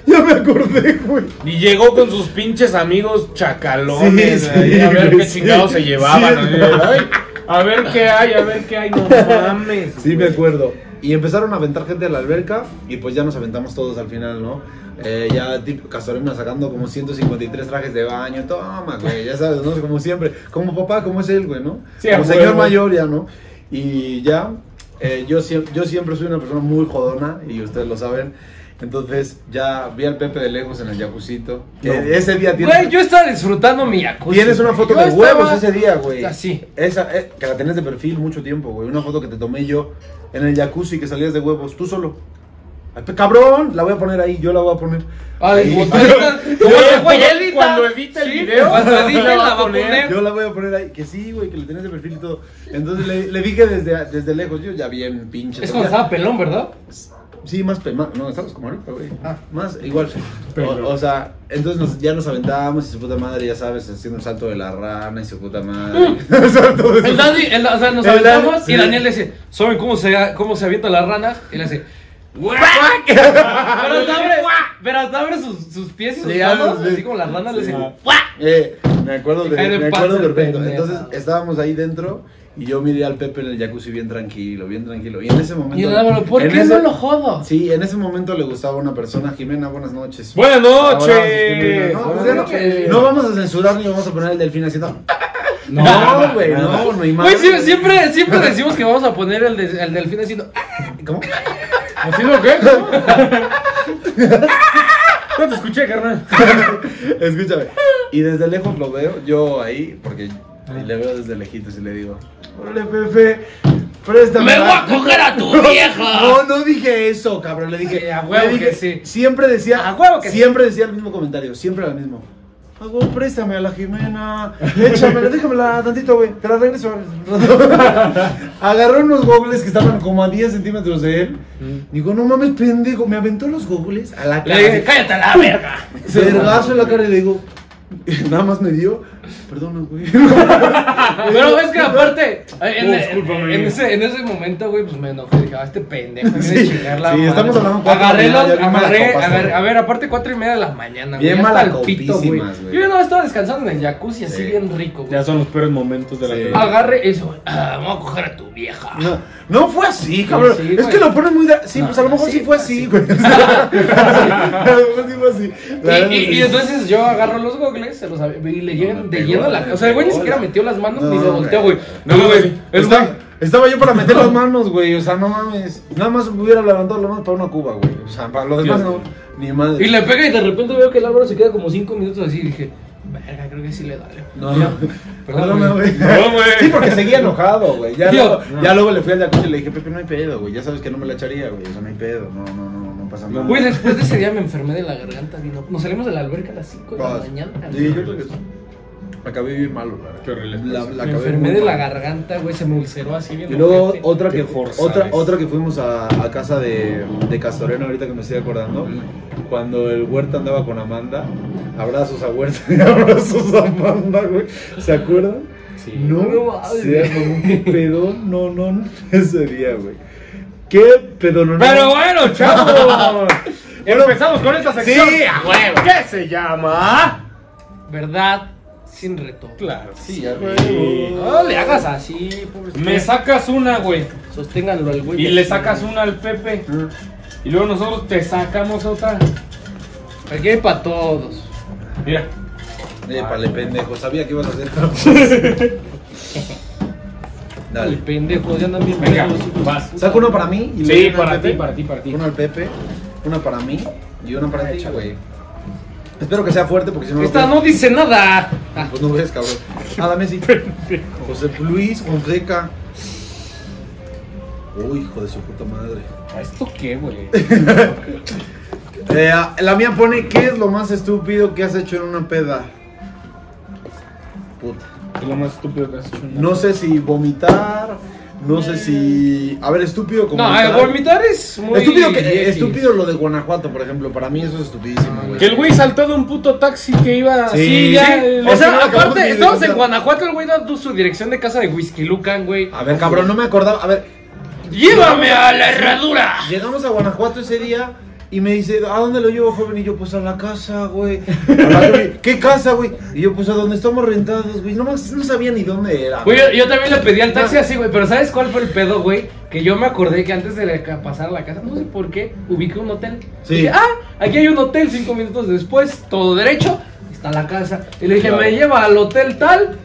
Ya me acordé, güey. Y llegó con sus pinches amigos chacalones. Sí, ahí, sí, a ver güey, qué chingados sí, se llevaban. sí. ahí, ay, a ver qué hay, a ver qué [laughs] hay. No mames. Sí, me güey. acuerdo. Y empezaron a aventar gente a la alberca y pues ya nos aventamos todos al final, ¿no? Eh, ya tipo Castorena sacando como 153 trajes de baño, toma, güey, ya sabes, ¿no? Como siempre, como papá, como es él, güey, ¿no? Sí, a como huevo. señor mayor ya, ¿no? Y ya, eh, yo, siempre, yo siempre soy una persona muy jodona y ustedes lo saben. Entonces ya vi al Pepe de lejos en el jacucito. que No. Ese día tiene... Güey, yo estaba disfrutando mi jacuzzi. Tienes una foto Yo de estaba- Ah, huevos ese día, güey. Así. Esa, eh, que la tenés de perfil mucho tiempo, güey. Una foto que te tomé yo en el jacuzzi que salías de huevos, tú solo. Ay, pe- Cabrón, la voy a poner ahí, yo la voy a poner. Ay, Ahí. [laughs] botanita, como Yo- dijo Yelita. cuando edita el Sí, video, Cuando edita la va la a va a poner. poner. Yo la voy a poner ahí, que sí, güey, que le tenés de perfil y todo. Entonces le, le dije desde, desde lejos, yo ya bien pinche. Es cuando todavía. estaba pelón, ¿verdad? Sí, más, pe- más- no, estamos como ahorita, güey. Ah. Más, igual. Pero- O, o sea, entonces nos- ya nos aventábamos y su puta madre, ya sabes, haciendo el salto de la rana y su puta madre. El salto de su- [laughs] El Dani, el- o sea, nos El aventamos Dani, y sí. Daniel le dice, ¿saben cómo se, cómo se avientan las ranas? Y le hace, [laughs] ¡guac! Pero hasta abre, pero hasta abre sus, sus pies y sus Sí, manos, sí. así como las ranas le Sí. dicen, Eh, me acuerdo, Y de- cae de me panza acuerdo el perfecto. pendejo. Entonces estábamos ahí dentro y yo miré al Pepe en el jacuzzi bien tranquilo, bien tranquilo. Y en ese momento. Y el Álvaro, ¿por en qué ese- no lo jodo? Sí, en ese momento le gustaba una persona. Jimena, buenas noches. Buenas Ahora, Jimena, noches. no, Buenas pues ya no- noches. no vamos a censurar ni vamos a poner el delfín haciendo. nada, No, güey, nada. no, no hay más. Güey, sí, siempre, siempre decimos que vamos a poner el, de- el delfín haciendo, "Ah", ¿Cómo? ¿Haciendo qué? No te escuché, carnal. [laughs] Escúchame. Y desde lejos lo veo, yo ahí, porque Ah. le veo desde lejitos y le digo: Órale, Pepe, préstame. ¡me voy la- a coger a tu vieja! [laughs] No, no dije eso, cabrón. Le dije, Sí, Eh, a huevo le dije- que sí. Siempre decía, A huevo que sí. siempre decía el mismo comentario, siempre era el mismo. A huevo, préstame a la Jimena, échamela, déjamela tantito, güey, te la regreso. [laughs] Agarró unos gogles que estaban como a 10 centímetros de él. Digo, no mames, pendejo, me aventó los gogles a la Mm. Le cara. dije, cállate a la verga. Se regazo en la cara y le digo, [laughs] nada más me dio, perdona, güey. [laughs] "Ah". Pero es que aparte, eh, en, Oh, discúlpame. en ese, en ese momento, güey, pues me enojé. Dije, ah, este pendejo, me viene a Sí, chingar la sí, madre. estamos hablando cuatro Agarré de la los, mañana, ya bien agarré, malacopas, a ver, güey. a ver, aparte cuatro y media de la mañana, güey. Bien ya está el pito, güey. malacopísimas, güey. Yo ya no estaba descansando en el jacuzzi, así Sí. bien rico, güey. Ya son los peores momentos de la Sí. vida. Agarré eso, güey. Ah, vamos a coger a tu vieja. No, no fue así, cabrón. Sí, es güey. que lo ponen muy. da- Sí, No, pues a lo mejor sí, sí, fue así, güey. [laughs] a lo mejor sí fue así. Y, y- y entonces yo agarro los gogles se los ab- y le le llegan de pegó, lleno a la le cara. O sea, el güey ni pegó, siquiera güey. metió las manos ni No, se volteó, güey. güey. No, güey. El güey. Estaba, estaba yo para meter [laughs] las manos, güey. O sea, no mames. Nada más hubiera levantado la mano para una cuba, güey. O sea, para lo demás no. Ni madre. Y le pega y de repente veo que el Álvaro se queda como 5 minutos así y dije, verga, creo que sí le dale. No, no. [laughs] Perdón, Perdón, güey. güey. No, güey. Sí, porque seguía enojado, güey. Ya, Tío. luego- ya luego le fui al jacuzzi y le dije, Pepe, no hay pedo, güey. Ya sabes que no me la echaría, güey. O sea, no hay pedo. No, no, no, no pasa nada. Güey, después de ese día me enfermé de la garganta, vino. Nos salimos de la alberca a las 5 de la Vas. mañana. Sí, yo creo que sí. Acabé bien malo, la verdad. Qué horrible. La, la me acabé enfermé muy de la mal. garganta, güey, se me ulceró así bien. Y luego ojete. otra Qué que, forzada otra, es. otra que fuimos a, a casa de, de Castoreno, ahorita que me estoy acordando, cuando el Huerta andaba con Amanda, abrazos a Huerta [laughs] y abrazos a Amanda, güey. ¿Se acuerdan? Sí. No, No mames. se armó un pedón, no, no, [laughs] no, ese día, güey. ¿Qué pedón? Pero bueno, [laughs] chavos. Empezamos con [laughs] esta sección. Sí, a huevo. ¿Qué se llama? Verdad sin reto. Claro. Sí, ya No le hagas así, pobre. Me sacas una, güey. Sosténganlo al güey. Y le sacas una al Pepe. Y luego nosotros te sacamos otra. Aquí hay para todos. Mira. Épale, pendejo, sabía que ibas a [laughs] hacer. El Dale. pendejo, ya andan bien Venga, pedos. vas. Saco uno para mí y le doy una Sí, al para ti, Pepe. para ti, para ti. Una al Pepe, una para mí y una para ti, güey. Espero que sea fuerte porque si no. lo Esta ves- no dice nada. Ah, Pues no ves, cabrón. Nada, Messi. José Luis Fonseca. Uy, hijo de su puta madre. ¿Esto qué, güey? Eh, la mía pone: ¿Qué es lo más estúpido que has hecho en una peda? Puta. Es lo más estúpido que has hecho. en la No sé si vomitar. No sé si. A ver, estúpido como. No, eh, vomitar es muy. Estúpido, que- eh, X. estúpido lo de Guanajuato, por ejemplo. Para mí eso es estupidísimo, Ah, güey. Que el güey saltó de un puto taxi que iba Sí. así ya. Sí, el- O Lo sea, que acabamos aparte, de estamos decir. en Guanajuato, el güey da su dirección de casa de Whisky Lucan, güey. A ver, cabrón, no me acordaba. A ver, ¡Llévame a la herradura! llegamos a Guanajuato ese día Y me dice, ¿a dónde lo llevo, joven? Y yo, pues a la casa, güey. A la- güey, ¿Qué casa, güey? Y yo, pues a donde estamos rentados, güey. No, más- no sabía ni dónde era. Güey, yo, yo también le pedí al taxi así, güey, pero ¿sabes cuál fue el pedo, güey? Que yo me acordé que antes de la- pasar a la casa, no sé por qué, ubiqué un hotel. Sí. Dije, ah, aquí hay un hotel, cinco minutos después, todo derecho, está la casa. Y le dije, Claro. me lleva al hotel tal,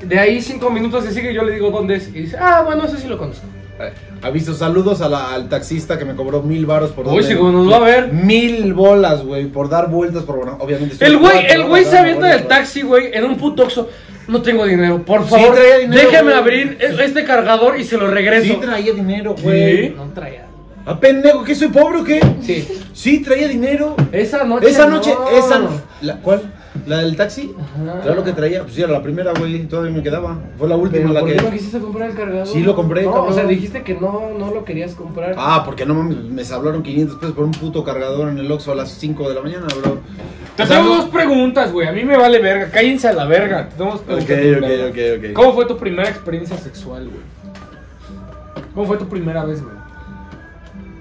de ahí cinco minutos se sigue y yo le digo dónde es. Y dice, ah, bueno, ese sí lo conozco. Eh, Aviso, saludos a la- al taxista que me cobró mil varos por Uy, donde- si como nos va a ver. Mil bolas, güey, por dar vueltas por bueno, obviamente. estoy El güey, cuatro el güey horas se dando avienta del vueltas. taxi, güey, en un puto oxo. No tengo dinero, por Sí favor. traía dinero, déjame güey. abrir e- este cargador y se lo regreso. Sí traía dinero, güey. No traía. ¿A pendejo que soy pobre o qué? Sí. Sí traía dinero. Esa noche. esa noche, no. esa no- la, ¿Cuál? ¿La del taxi? Ajá. Claro que traía. Pues sí, era la primera, güey. Todavía me quedaba. Fue la última Pero la ¿por que. qué no quisiste comprar el cargador? Sí, lo compré, No, cabrón. o sea, dijiste que no, no lo querías comprar. Ah, porque no mames, me sablaron 500 pesos por un puto cargador en el Oxxo a las 5 de la mañana, bro. Pues, Te O sea, tengo no- dos preguntas, güey. A mí me vale verga. Cállense a la verga. Te tengo dos Ok, preguntas. ok, verga. ok, ok. ¿Cómo fue tu primera experiencia sexual, güey? ¿Cómo fue tu primera vez, güey?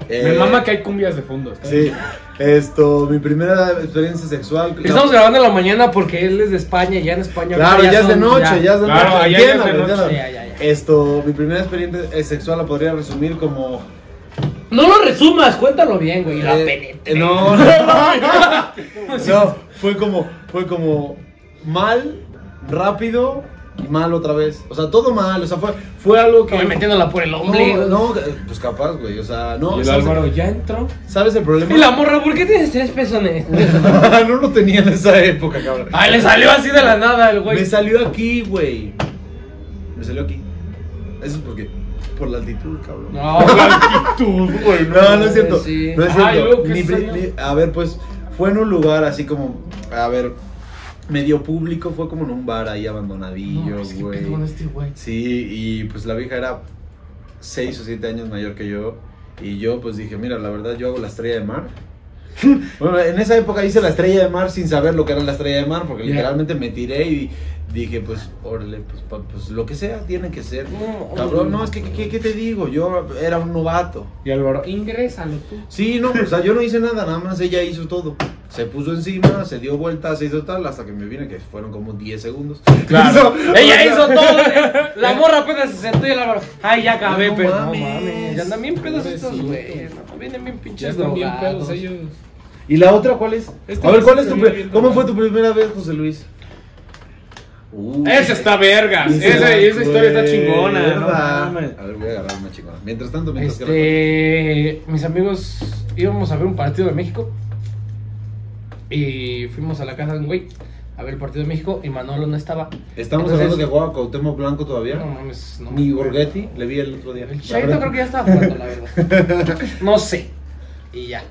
Me Eh, mama que hay cumbias de fondo. ¿está Sí, bien? esto, mi primera experiencia sexual. Estamos grabando en la mañana porque él es de España y ya en España. Claro, ahorita ya es de son- noche, ya es de noche. Claro, allá ya es de Entiéndame, noche, entiéndame. ya, ya, ya. Esto, mi primera experiencia eh, sexual la podría resumir como. No lo resumas, cuéntalo bien, güey. La eh, [laughs] penetré. No, no, no. No, fue como, fue como mal, rápido y mal otra vez. O sea, todo mal. O sea, fue, fue algo que. Estoy metiéndola por el ombligo. no, no, pues capaz, güey. O sea, no. Y el ¿sabes, Álvaro ya entró. sabes el problema? Y [laughs] la morra, ¿por qué tienes tres pezones? no lo tenía en esa época, cabrón. Ay, le salió así de la nada el Me güey. salió aquí, güey. Me salió aquí. Eso es porque. Por la altitud, cabrón. No, [laughs] güey, no, no es cierto. Sí. No es Ajá, ¿y luego cierto. qué Ni- salió? ni- a ver, pues fue en un lugar así como, a ver, medio público, fue como en un bar ahí abandonadillo, No, es que güey. pedo con este güey. Sí, y pues la vieja era 6 o 7 años mayor que yo. Y yo pues dije, mira, la verdad yo hago la estrella de mar. [laughs] bueno, en esa época hice la estrella de mar sin saber lo que era la estrella de mar, porque Ya. literalmente me tiré y dije, pues, órale, pues, pa- pues lo que sea tiene que ser. No, Cabrón, no, es que, que- que- ¿qué te digo? Yo era un novato. Y Álvaro. Ingrésalo tú. Sí, no, pues, o sea, yo no hice nada, nada más ella hizo todo. Se puso encima, se dio vuelta, se hizo tal, hasta que me vine, que fueron como 10 segundos. [laughs] Claro. [laughs] Ella hizo todo. La morra apenas se sentó y el Álvaro. Ay, ya acabé, No pero. mames. Ya andan bien pedos estos Pobrecito. güeyes. no, Vienen bien Ya pinches están bien drogados. pedos ellos. ¿Y la otra cuál es? Este A ver, ¿cuál sí es tu se pri- ve bien ¿Cómo normal. fue tu primera vez, José Luis? Uh, Esa está verga. esa Esa, esa güey, historia está chingona. No ¿verdad? mames. a ver, voy a agarrar una chingona. Mientras tanto, mientras que Este, mis amigos íbamos a ver un partido de México y fuimos a la casa de un güey a ver el partido de México y Manolo no estaba. Estamos Entonces- hablando que jugaba Cuauhtémoc Blanco todavía. No mames, no Ni me- Borghetti, le vi el otro día. El Chaito creo que ya estaba jugando, la verdad. [laughs] No sé. Y ya.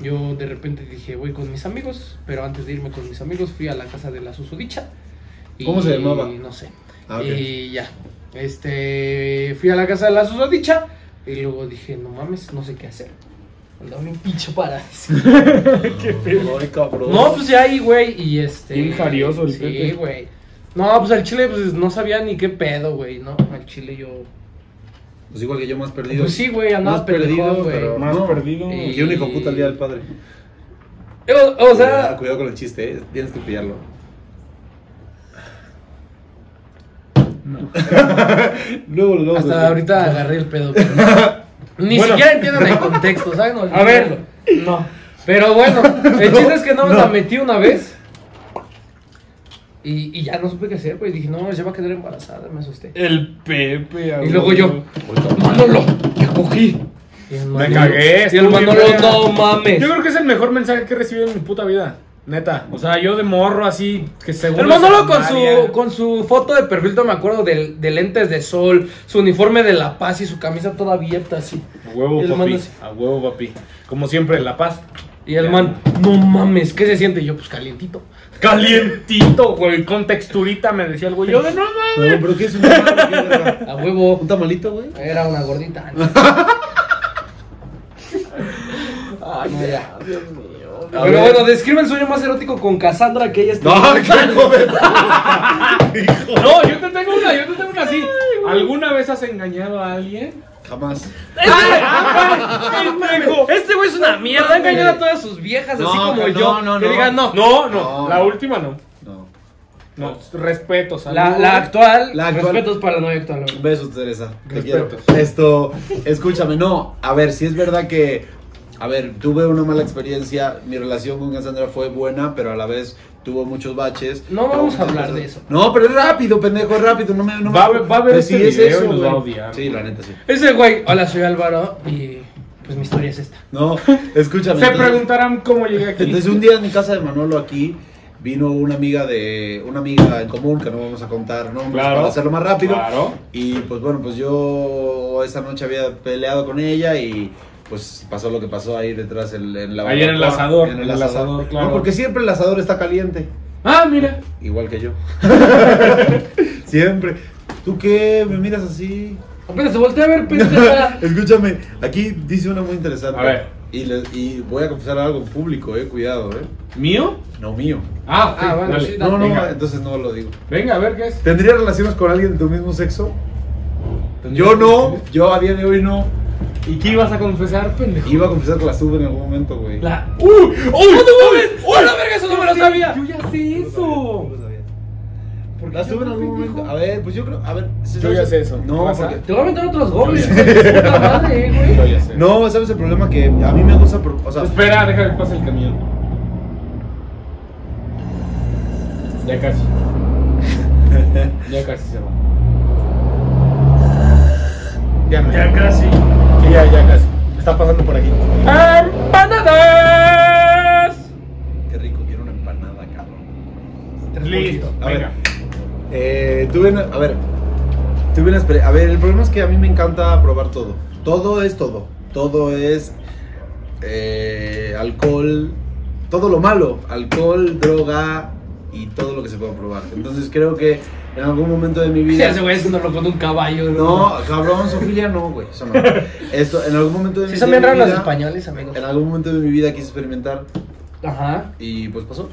Yo de repente dije, voy con mis amigos, pero antes de irme con mis amigos fui a la casa de la susodicha. y- ¿Cómo se llamaba? No sé. Ah, ok. Y ya. Este, fui a la casa de la susodicha y luego dije, no mames, no sé qué hacer. Andaba bien pinche [laughs] para Ay, cabrón. No, pues ya ahí, güey, y este... Bien jarioso el Sí, Pepe. güey. No, pues al chile pues no sabía ni qué pedo, güey, ¿no? Al chile yo... Pues igual que yo más perdido. Pues sí, güey, andaba Más perdido, perdido, güey. pero- Más No. perdido. Y- Y único puto el día del padre. O, o Cuidado- sea, cuidado con el chiste, eh, tienes que pillarlo. [laughs] luego, luego. hasta güey. ahorita agarré el pedo. [laughs] pero no. Ni Bueno. siquiera entienden el contexto, ¿saben? A ver. No. [laughs] Pero bueno, el chiste es que no, la metí una vez. Y, y ya no supe qué hacer, güey. Dije, no, ya va a quedar embarazada, me asusté. El Pepe. Y güey. luego yo, Manolo, ya cogí. Y el Me Manolo- cagué. Y el estuvo bien Manolo, verga. no mames. Yo creo que es el mejor mensaje que he recibido en mi puta vida. Neta. O sea, yo de morro así. Que seguro. El Manolo con secundaria. su, con su foto de perfil, no me acuerdo, de, de lentes de sol, su uniforme de La Paz y su camisa toda abierta así. A huevo, Y el papi. man así. A huevo, papi. Como siempre, La Paz. Y el Ya. man, no mames, ¿qué se siente? Y yo, pues calientito. Calientito, güey. Con texturita, me decía el güey. Yo de no mames. No, pero ¿qué es un tamal? ¿Qué verga? A huevo. ¿Un tamalito, güey? Era una [laughs] gordita. Ay, no, ya. A Pero ver. bueno, describe el sueño más erótico con Cassandra que ella está. [laughs] No, [laughs] qué joder. No, yo te tengo una, yo te tengo una así. Alguna vez vez has engañado a alguien? Jamás. pendejo! Este güey es una mierda. Ha engañado a todas sus viejas, eh. No, así como no, yo. no, que no. digan, no. No, no, No. la última no. No. No, respeto, salud. La, la actual, La actual. respetos para la novia actual. güey. Besos, Teresa. Te quiero. Respetos. Esto, escúchame, no. A ver, si es verdad que. A ver, tuve una mala experiencia. Mi relación con Cassandra fue buena, pero a la vez tuvo muchos baches. No Tuvo vamos a muchas hablar de eso. No, pero es rápido, pendejo, es rápido. No me. No Va a me- ver- va a ver Pues este video y nos güey. va a odiar. Sí, la neta, sí. Ese güey, hola, soy Álvaro y pues mi historia es esta. [laughs] No, escúchame. Se entonces- preguntarán cómo llegué aquí. Entonces un día en mi casa de Manolo aquí vino una amiga de una amiga en común que no vamos a contar nombres Claro. para hacerlo más rápido. Claro. Y pues bueno, pues yo esa noche había peleado con ella y pues pasó lo que pasó ahí detrás en, en la Ahí en el barbacoa, asador, en en el el asador, asador, No, claro. porque siempre el asador está caliente, Ah, mira. igual [laughs] que yo. siempre. ¿Tú qué? Me miras así. Apenas se voltea a ver, pendeja. Escúchame, aquí dice una muy interesante. A ver. Y, le- y voy a confesar algo en público, eh, cuidado, eh. ¿Mío? No mío. Ah, ok, Ah, bueno, dale. sí, dale. No, no, Venga. entonces no lo digo. Venga, a ver qué es. ¿Tendrías relaciones con alguien de tu mismo sexo? Yo no, yo a día de hoy no. ¿Y qué ibas a confesar, pendejo? [laughs] Iba a confesar que las tuve en algún momento, güey. La... ¡Uy! ¡Uy! ¡Uy! ¡Uy, la verga, eso no me lo sabía! Yo ya sé eso. Las tuve en algún momento. A ver, pues yo creo. A ver. si- Yo ya sé eso. No, ¿Pasa? porque- Te voy a meter otros goles. [laughs] hijo de puta madre, Yo güey. ya sé. No, ¿sabes el problema? Que a mí me gusta. por- o sea, Espera, deja que pase el camión. Ya [laughs] casi. ya casi se va. Ya, ya casi. Sí, ya, ya casi. Está pasando por aquí. ¡Empanadas! qué rico, quiero una empanada, cabrón. Listo. A Venga. Eh, tuve una. A ver. Tuve una experiencia. A ver, el problema es que a mí me encanta probar todo. Todo es todo. Todo es. eh, alcohol. Todo lo malo. Alcohol, droga y todo lo que se pueda probar. Entonces creo que en algún momento de mi Sí, vida. ese güey es que nos lo pone un caballo. No, cabrón, Sofía no, güey. [laughs] Eso no. Esto, en algún momento de mi Sí, son de bien mi raros los vida- españoles, amigos. En algún momento de mi vida quise experimentar Ajá. y pues pasó.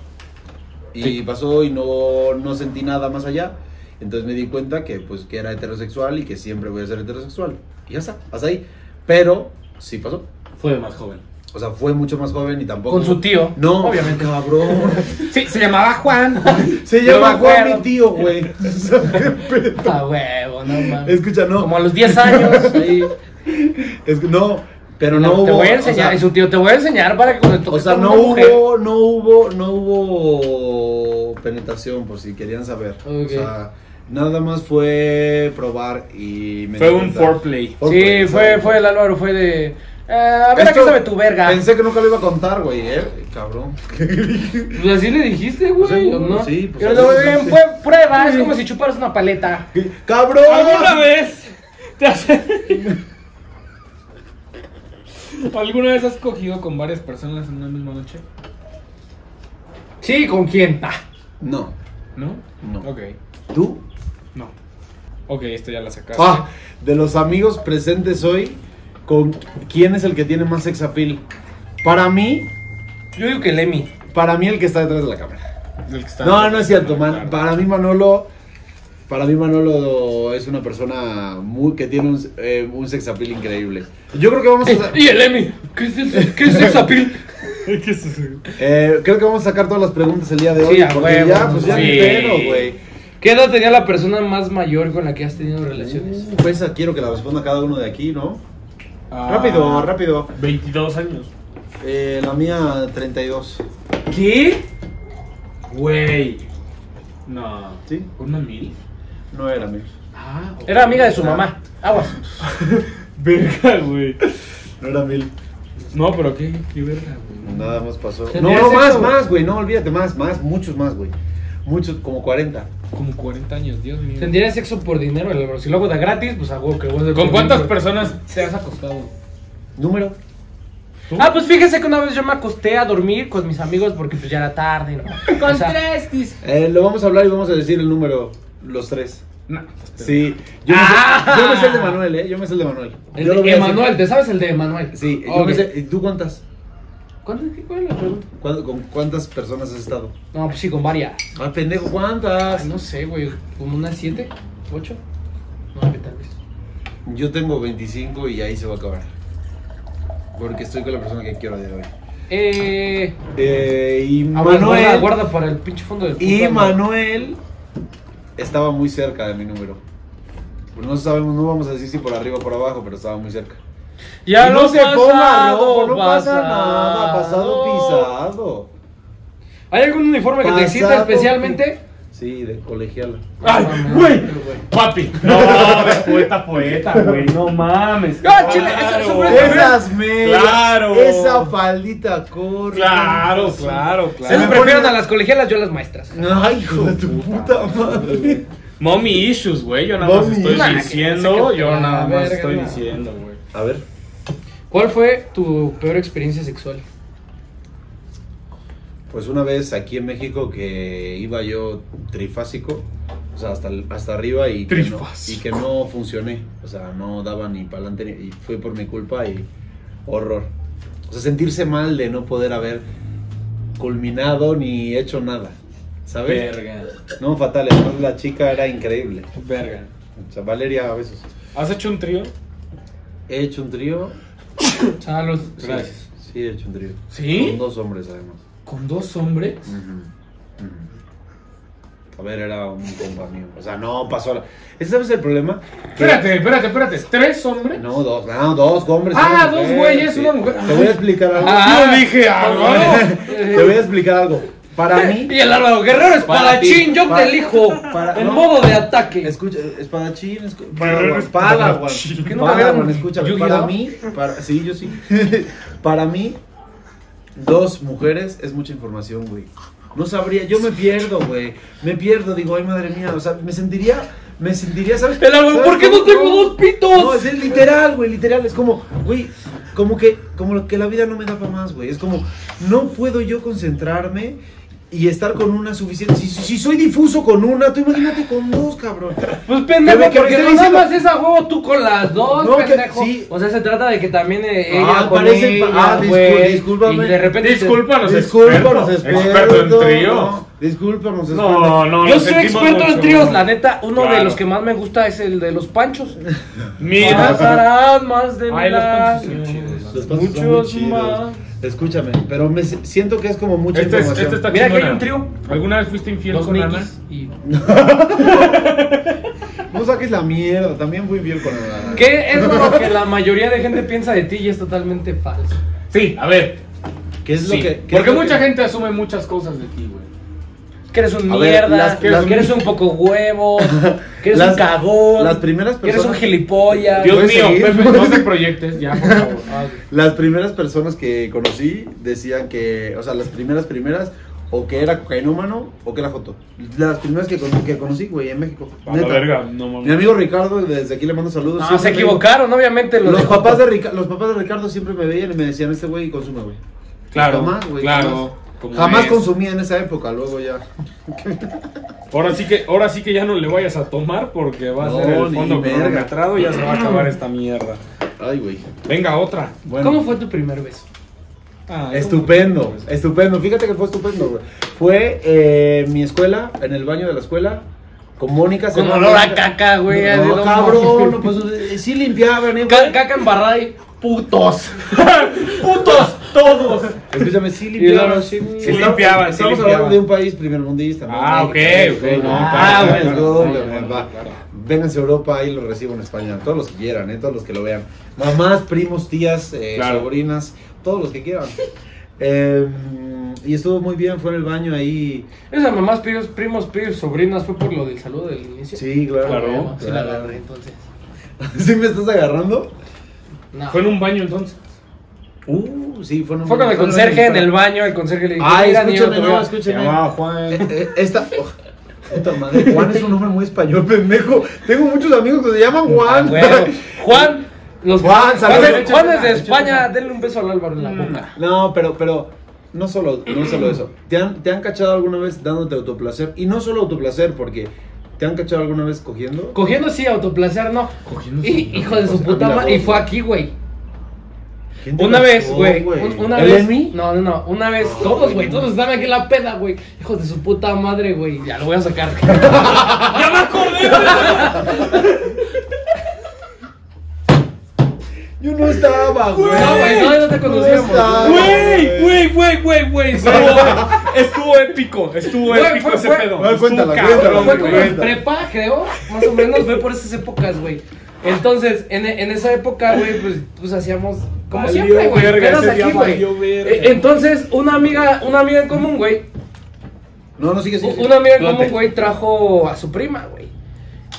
Y pasó y no, no sentí nada más allá. Entonces me di cuenta que pues que era heterosexual y que siempre voy a ser heterosexual. Y ya está, hasta ahí. Pero sí pasó. Fue de más joven. O sea, fue mucho más joven y tampoco. Con su tío. No, Obviamente. cabrón. [laughs] Sí, se llamaba Juan. Se Yo llama me Juan acuerdo. mi tío, güey. [laughs] O sea, qué pedo. Ah, huevo, no mames. Escucha, no. Como a los 10 años. ahí. Es, no, pero no, te hubo, voy a o enseñar, sea, y su tío, te voy a enseñar para que cuando toques O sea, con no una mujer- hubo, no hubo, no hubo penetración, por si querían saber. O Ok. sea, nada más fue probar y me Fue di un cuenta. foreplay. Foreplay, Sí, fue, exacto. fue el Álvaro, fue de. "Ah, a ver, aquí Esto- sabe tu verga. Pensé que nunca lo iba a contar, güey, eh, cabrón. [laughs] Pues así le dijiste, güey. Sí, ¿o ¿no? sí, pues Pero así lo le bien, dije. fue prueba, es como si chuparas una paleta. ¡Cabrón! ¿Alguna vez te has... [laughs] ¿Alguna vez has cogido con varias personas en una misma noche? Sí, ¿con quién? Ah, No, ¿No? no. Ok. ¿Tú? No. Ok, esto ya la sacaste. Ah, de los amigos presentes hoy, ¿con quién es el que tiene más sex appeal? Para mí, yo digo que Lemmy. para mí el que está detrás de la cámara. El que está- No, no es cierto, man. Claro. Para mí Manolo, para mí Manolo es una persona muy que tiene un, eh, un sex appeal increíble. Yo creo que vamos a sa- Y el Lemmy. ¿Qué es eso? ¿Qué es esa pil? [laughs] ¿Qué es eso? eh, creo que vamos a sacar todas las preguntas el día de hoy Sí, a porque huevo, ya pues ya sí. ni pedo, güey. ¿Qué edad tenía la persona más mayor con la que has tenido relaciones? Pues ah, quiero que la responda cada uno de aquí, ¿no? Ah, Rápido, rápido. 22 años. Eh, la mía 32. ¿Qué? Güey. No. ¿Sí? ¿Una mil? No era mía. Ah, ok. Era amiga de su mamá. Aguas. Verga, güey. No era mil. No, pero qué, qué verga, güey. Nada más pasó. No, Tenía no, sexo, más, güey. más, güey. No, olvídate, más, más, muchos más, güey. Muchos, como 40. Como 40 años, Dios mío. Tendría sexo por dinero, el Álvaro. Si lo hago da gratis, pues hago que vos ¿Con cuántas personas te has acostado? Número. ¿Tú? Ah, pues fíjese que una vez yo me acosté a dormir con mis amigos porque pues ya era [laughs] tarde, ¿no? O sea, Eh, lo vamos a hablar y vamos a decir el número, los tres. No. Sí, yo, Ah. me, sé, yo me sé el de Manuel, ¿eh? Yo me sé el de Manuel. El Yo lo voy de a decir. Emanuel, ¿te sabes el de Emanuel? Sí, yo Ok. me sé. ¿Y tú cuántas? ¿Cuántas- qué- ¿Cuál es la pregunta? ¿Cuán- ¿Con cuántas personas has estado? No, pues sí, con varias. Ah, pendejo, ¿cuántas? Ay, no sé, güey. Como unas siete, ocho, nueve tal vez. Yo tengo 25 y ahí se va a acabar. Porque estoy con la persona que quiero a día de hoy. Eh. Eh, y ah, bueno, guarda, Manuel. guarda para el pinche fondo del Y puto, ¿no? Manuel estaba muy cerca de mi número. Pero no sabemos, no vamos a decir si por arriba o por abajo, pero estaba muy cerca. Ya Y lo no se ponga pasado, rojo, no pasa nada, pasado. pasado pisado. ¿Hay algún uniforme que te excita Pasado especialmente? Sí, de colegiala. Ay, No, no, güey, no, güey. papi. No, mames, poeta, poeta, güey, no mames. Ah, chile, esa- esa fue- Claro, Esas medias, Claro. esa faldita corta. Claro, claro, Se claro. me- prefieren a las colegialas, yo a las maestras. Ay, hijo de tu puta madre. Mommy issues, güey, yo nada más Mommy estoy issues. diciendo, yo nada más Verga, estoy no. diciendo, güey. A ver, ¿Cuál fue tu peor experiencia sexual? pues una vez aquí en México que iba yo trifásico, o sea, hasta, hasta arriba y que, no, Trifásico. y que no funcioné. O sea, no daba ni para adelante y fue por mi culpa y horror. O sea, sentirse mal de no poder haber culminado ni hecho nada, ¿sabes? Verga, No, fatal, además la chica era increíble. verga. O sea, Valeria, besos. ¿Has hecho un trío? He hecho un trío. Salud. Sí, Gracias. Sí, he hecho un trío. Con ¿Sí? dos hombres, además. ¿Con dos hombres? Ujú, ujú. A ver, era un compa mío. O sea, no pasó. la- ¿Ese ¿Sabes el problema? Que- Espérate, espérate, espérate. ¿Tres hombres? No, dos, no, dos hombres. Ah, una mujer, dos güeyes, sí. una mujer. Te voy a explicar algo. Ah, Yo dije, ah, no. Te voy a explicar algo. Para [laughs] mí. Y el Álvaro Guerrero ti, espadachín, yo para- te elijo. para- en no. modo de ataque. Escucha, espadachín, escu- Guerrero Padawan, Padawan. espadachín. ¿Qué ¿Qué no no vean? escúchame. Yu-Gi-Oh? Para mí, para, sí, yo [laughs] sí. para mí, dos mujeres es mucha información, güey. No sabría, yo me pierdo, güey. Me pierdo, digo, ay madre mía, o sea, me sentiría, me sentiría, ¿sabes? El árbol, ¿sabes ¿por qué no cómo? tengo dos pitos? No, es el literal, güey, literal, es como, güey, como que, como que la vida no me da para más, güey. Es como, no puedo yo concentrarme y estar con una suficiente. Si, si- si soy difuso con una, tú imagínate con dos, cabrón. Pues Que pendejo, me- que me porque esté no nada diciendo- más es a huevo tú con las dos, No, que- pendejo. sí. O sea, se trata de que también eh, Ah, ella con parece- ella, ah, discul- güey, discúlpame. Y de repente... te- Discúlpanos, Discúlpanos, experto, experto en tríos. No, discúlpanos, No, no, Yo lo soy sentimos experto en mucho. tríos, la neta. Uno de Claro. los que más me gusta es el de los panchos. Mira, Pasarán más de Ay, los milagros. panchos son chidos. Los pasos están Muchos muy chidos. más. Escúchame, pero me si- siento que es como mucha este, es- información. este está Mira, aquí hay chingona. un trío. ¿Alguna vez fuiste infiel Los con Ana? Nikis y... No saques la mierda, también fui bien con la Que es lo que la mayoría de gente piensa de ti y es totalmente falso. Sí, a ver. ¿Qué es sí. lo que qué Porque es lo mucha que- gente asume muchas cosas de ti, güey. Que eres un A ver, mierda, las- que, las- eres un poco [laughs] huevo, que eres un Las- cagón, las primeras que eres un personas- gilipollas. Dios mío, ¿Puedes seguir? Pepe, no [laughs] te proyectes ya, por favor. Ah, Las primeras personas que conocí decían que, o sea, las primeras primeras o que era cocainómano o que era joto. Las primeras que, con- que conocí, güey, en México. Neta. no Mi amigo Ricardo, desde aquí le mando saludos. no, siempre Ah, se me- equivocaron, obviamente. Los, Los papás, de Rica- los papás de Ricardo siempre me veían y me decían, este güey consume, güey. Claro, Jamás, güey, claro. como Jamás, jamás es. consumía en esa época, luego ya. Ahora sí que, ahora sí que ya no le vayas a tomar porque va a No, ser el ni fondo verga. cronometrado y ya se [clears throat] va a acabar esta mierda. Ay, güey. Venga, otra. Bueno. ¿Cómo fue tu primer beso? Ah, Estupendo, estupendo. Fíjate que fue estupendo, güey. Fue eh, en mi escuela, en el baño de la escuela, con Mónica. Con se- olor a caca, güey. de No, lomo. cabrón, [laughs] no, pues eh, sí limpiaban, eh. Ca- güey. caca embarrada y putos. ¡Putos! ¡Todos! Escúchame, sí luego limpiaban. sí- Estamos- sí limpiaban, sí Estamos limpiaban. hablando de un país primermundista. ¿no? Ah, ok, México, ok, México, no, Ah, claro, bueno, claro, todo, claro, güey, claro, va. claro. Vénganse a Europa, ahí lo recibo en España. Todos los que quieran, eh, todos los que lo vean. Mamás, primos, tías, eh, Claro. sobrinas, todos los que quieran. Eh, y estuvo muy bien, fue en el baño ahí. Esas mamás, primos, primos, primos, sobrinas, fue por lo del saludo del inicio. Sí, claro. Claro. Bueno, sí la claro. agarré, entonces. [laughs] ¿Sí me estás agarrando? No. Fue en un baño entonces. Uh, sí, fue, Fue con el conserje en el baño, el conserje le dijo, Ay, "Mira, niño, escúchame, te voy no, a- Se escúchame. llamaba Juan. Eh, [laughs] Esta. oh, puta madre. Juan es un nombre muy español, [laughs] pendejo. Tengo muchos amigos que se llaman Juan. Ah, huevo. Juan, los Juan, Juan, saludos. es- Juan es de España, denle un beso al Álvaro en la boca. [laughs] No, pero, pero. No solo, no solo eso. ¿Te han, ¿Te han cachado alguna vez dándote autoplacer? Y no solo autoplacer, porque. ¿Te han cachado alguna vez cogiendo? Cogiendo sí, autoplacer no. Cogiendo Y, sí, no, hijo de su pues, puta a mí la madre, y voz, fue güey. aquí, güey. ¿Quién te Una cachó, vez, güey. un- Una ¿El vez. Emi? No, no, no. Una vez. No, todos, güey, güey. no. Todos estaban aquí en la peda, güey. Hijos de su puta madre, güey. Ya lo voy [laughs] a sacar. Yo no estaba, güey. No, güey, todavía no te conocíamos, estaba, [laughs] eh, Güey, güey, güey, güey, güey. Estuvo, estuvo épico, estuvo Güey, épico fue- ese fue- pedo. Güey, Estuvo cuéntala, cabrón, cuéntala, Fue como güey. en prepa, creo. Más o menos fue por esas épocas, güey. Entonces, en, en esa época, güey, pues, pues hacíamos como Valió siempre, güey. verga, pedas ese aquí, día güey. valió verga. Eh, Entonces, una amiga, una amiga en común, güey. No, no, sigue, sigue. u- sigue. Una amiga en Date. común, güey, trajo a su prima, güey.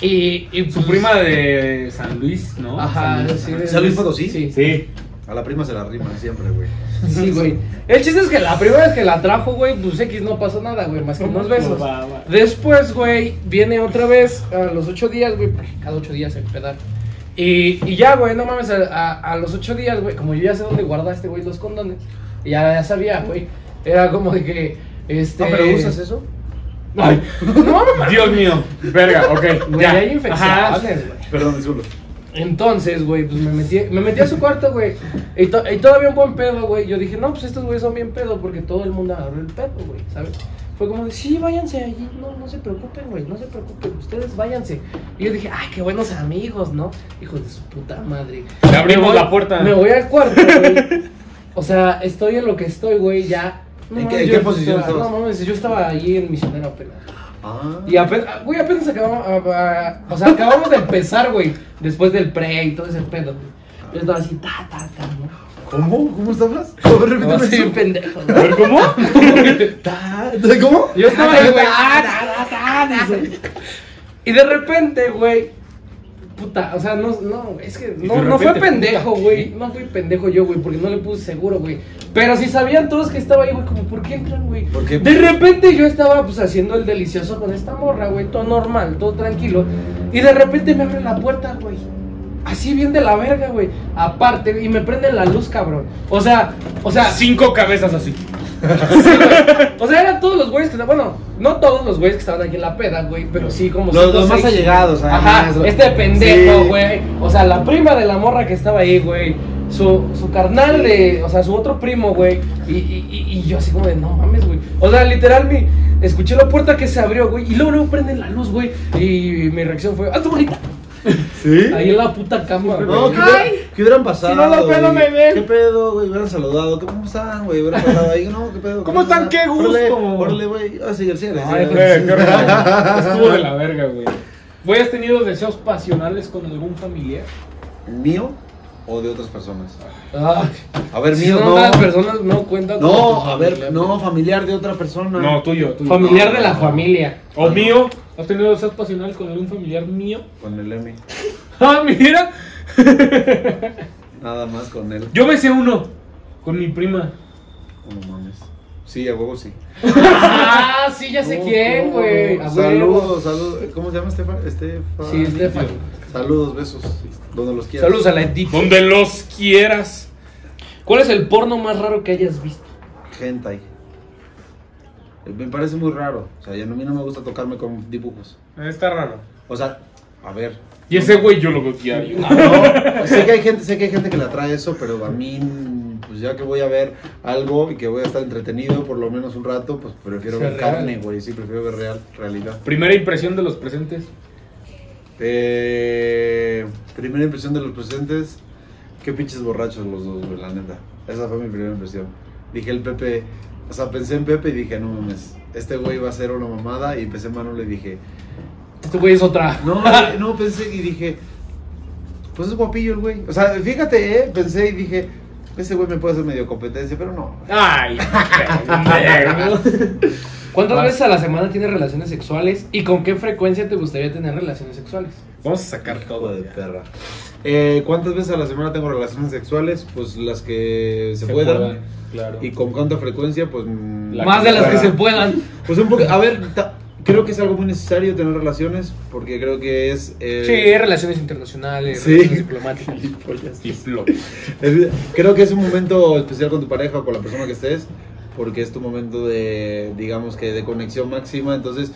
Y, y Su prima de San Luis, ¿no? Ajá, San Luis. sí. ¿San Luis Potosí? Sí, Sí. A la prima se la riman siempre, güey. sí, güey. El chiste es que la primera vez que la trajo, güey, pues X no pasó nada, güey, más que unos besos. Va, va. Después, güey, viene otra vez a los ocho días, güey, porque cada ocho días se pedar. Y, y ya, güey, no mames, a, a- a los ocho días, güey, como yo ya sé dónde guardaste, güey, los condones, ya, ya sabía, güey, era como de que, este... No, Ah, pero ¿usas eso? Ay, [laughs] No, mames, Dios mío. Verga, ok. güey, ya. hay Ajá. infecciones, güey. Perdón, disculpe. Entonces, güey, pues me metí, me metí a su cuarto, güey. Y, to- y todavía un buen pedo, güey. Yo dije, no, pues estos güeyes son bien pedo porque todo el mundo agarró el pedo, güey, ¿sabes? Fue como de, sí, váyanse allí. No, no se preocupen, güey, no se preocupen. Ustedes váyanse. Y yo dije, ay, qué buenos amigos, ¿no? Hijos de su puta madre. Le abrimos Me voy- la puerta. Me voy al cuarto, [laughs] güey. O sea, estoy en lo que estoy, güey, ya. No ¿En mames, qué- en yo qué posición estaba- estabas? No mames, yo estaba ahí en misionero apenas. Ah. Y apenas, güey, apenas acabamos, ah, ah, o sea, acabamos de empezar, güey, después del pre y todo ese pedo, güey. Yo estaba así, ta, ta, ta, ¿no? ¿Cómo? ¿Cómo estabas? [laughs] A ver, repíteme Como así, eso. pendejo, A güey. ver, ¿Cómo? Ta- ta- ¿Cómo? Yo estaba ahí, güey, ah, ta, ta, ta, dice. Y de repente, güey, puta, o sea, no, no, es que, Y no, de no fue repente, pendejo, puta. güey, no fui pendejo yo, güey, porque no le puse seguro, güey. Pero si sabían todos que estaba ahí, güey, como, ¿por qué entran, güey? ¿Por qué? De repente yo estaba pues haciendo el delicioso con esta morra, güey, todo normal, todo tranquilo. Y de repente me abren la puerta, güey. Así bien de la verga, güey. Aparte, y me prenden la luz, cabrón. O sea, o sea, [laughs] Cinco cabezas así. sí, güey. O sea, eran todos los güeyes que bueno, no todos los güeyes que estaban aquí en la peda, güey, pero sí como Los- cinco o los más seis. allegados, Ajá, además, lo- este pendejo, Sí. güey. O sea, la prima de la morra que estaba ahí, güey. Su, su carnal de, o sea, su otro primo, güey. Y, y- y- y yo así como de, no mames, güey. O sea, literal, mi, escuché la puerta que se abrió, güey. Y luego, luego prenden la luz, güey. Y mi reacción fue, ¡ah, tu morrita! [laughs] ¿Sí? Ahí en la puta cama, güey. No, ¿qué, hubiera- qué hubieran pasado? Si no lo pedo, güey? me ven. ¿Qué pedo, güey? Hubieran saludado. ¿Qué, ¿Cómo están, güey? Hubieran pasado ahí. No, ¿qué pedo? ¿Cómo están? ¡Qué gusto! Órale, Órale, güey. Ah, sí, sí, sí. Ay, sí. güey, Eh, qué raro. Estuvo de la verga, güey. Güey, ¿has tenido deseos pasionales con algún familiar? [laughs] ¿Mío o de otras personas? Ah, A ver, si mío, no, no. las personas no cuentan con No, tu a ver, familia, no, familiar de otra persona. No, tuyo, Mm. tuyo. Familiar de la [laughs] familia. ¿O mío? ¿Has tenido deseos pasionales con algún familiar mío? Con el M. ¡Ah, mira! Nada más con él. Yo besé uno con mi prima. No mames. Sí, a huevo sí. Ah, sí, ya Oh, sé quién, güey. A huevo. Saludos, saludos. ¿Cómo se llama Estefan? Estefan. Sí, Estefan. Saludos, besos. Donde los quieras. Saludos a la Edith. Donde los quieras. ¿Cuál es el porno más raro que hayas visto? Hentai. Eh, Me parece muy raro. O sea, ya no- a mí no me gusta tocarme con dibujos. Está raro. O sea, a ver. Y ese güey yo lo veo diario. No, sé que hay gente, sé que hay gente que le atrae eso, pero a mí, mm, pues ya que voy a ver algo y que voy a estar entretenido por lo menos un rato, pues prefiero Sí, ver real. carne, güey. Sí, prefiero ver real, realidad. Primera impresión de los presentes. Eh, primera impresión de los presentes. Qué pinches borrachos los dos, güey, la neta. Esa fue mi primera impresión. Dije el Pepe, o sea, pensé en Pepe y dije, no mames, este güey va a ser una mamada. Y empecé en Manolo y dije, Este güey es otra. [laughs] no, güey, no, pensé y dije, pues es guapillo el güey. O sea, fíjate, eh, pensé y dije, ese güey me puede hacer medio competencia, pero no. Ay, [laughs] ¿Cuántas Vas. veces a la semana tienes relaciones sexuales y con qué frecuencia te gustaría tener relaciones sexuales? Vamos a sacar Hijo todo de de perro. perra. Eh, ¿Cuántas veces a la semana tengo relaciones sexuales? Pues las que se, puedan. Claro. Y con cuánta frecuencia, pues. mm, La Más de las que para- se puedan. Pues un poco, a ver, ta- creo que es algo muy necesario tener relaciones, porque creo que es... Sí, eh, relaciones internacionales, Sí. relaciones diplomáticas. [laughs] Diplo. es- creo que es un momento especial con tu pareja o con la persona que estés, porque es tu momento de, digamos que, de conexión máxima, entonces...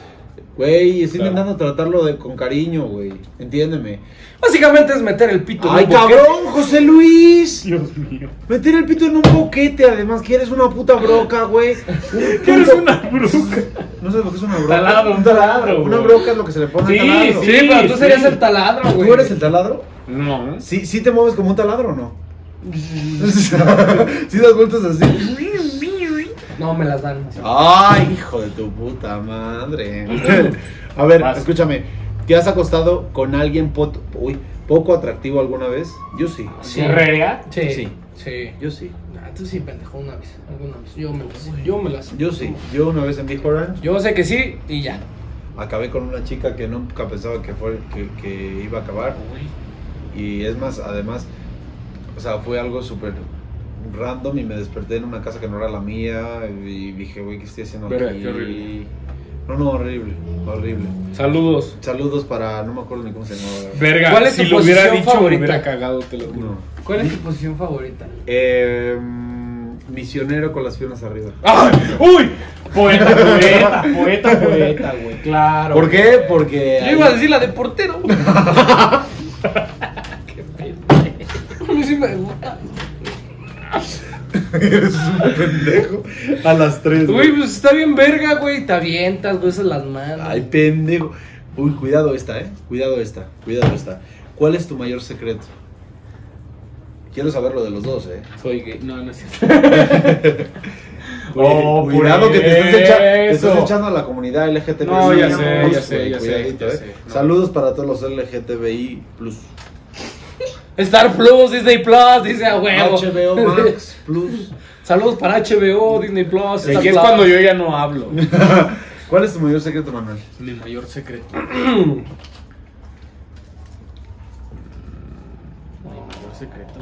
Güey, estoy Claro. intentando tratarlo de, con cariño, güey. Entiéndeme. Básicamente es meter el pito. en un ¡Ay, boquete. cabrón, José Luis! Dios mío. Meter el pito en un boquete, además, que eres una puta broca, [laughs] güey. ¿Qué eres una bruja? No sabes lo que es una broca. Taladro, un taladro, Una güey. broca es lo que se le pone Sí, al taladro. Sí, pero tú Sí, serías sí. el taladro, güey. ¿Tú eres el taladro? No. ¿Sí, sí te mueves como un taladro o no? [laughs] ¿Sí das vueltas así? No, me las dan. así. Ay, hijo de tu puta madre. A ver, Vas. escúchame. ¿Te has acostado con alguien pot- uy, poco atractivo alguna vez? Yo sí. Sí. ¿Real? Sí. Sí. Sí. Yo sí. Ah, tú sí, pendejo, una vez. Alguna vez. Yo me las. Yo me las. Yo sí. Yo una vez en Big Orange Yo sé que sí y ya. acabé con una chica que nunca pensaba que, fue, que, que iba a acabar. Y es más, además, o sea, fue algo súper random y me desperté en una casa que no era la mía y dije, güey, ¿qué estoy haciendo Verga, aquí? qué horrible. No, no, horrible, horrible. Saludos. Saludos para, no me acuerdo ni cómo se llamaba. Verga, ¿Cuál es si tu lo hubiera posición dicho favorita? me hubiera cagado, te lo juro. No. ¿Cuál es tu posición favorita? Eh, mm, misionero con las piernas arriba. Ah, ¡Ay! ¡Uy! Poeta, poeta, poeta, poeta, güey, claro. ¿Por qué? Porque... Yo iba a decir la [laughs] de portero. [laughs] Qué pendejo. A mí sí me gusta. [laughs] Eres un pendejo. A las tres. Güey, pues está bien verga, güey. Te avientas, güey, esas las manos. Ay, pendejo. Uy, cuidado esta, eh. Cuidado esta, cuidado esta. ¿Cuál es tu mayor secreto? Quiero saberlo de los dos, eh. Soy gay. No, no es cierto. Oh, Oye, cuidado que te estás, echa- te eso. estás echando a la comunidad LGTBI. No, ya sé, plus, ya sé, güey, ya sé, cuidadito, ya eh. sé, no. Saludos para todos los LGTBI plus. Star Plus, Disney Plus, dice "Ah, a huevo. HBO Max plus. Saludos para HBO, Disney Plus. Aquí es cuando yo ya no hablo. ¿Cuál es tu mayor secreto, Manuel? [laughs] Mi mayor secreto. Mi mayor secreto,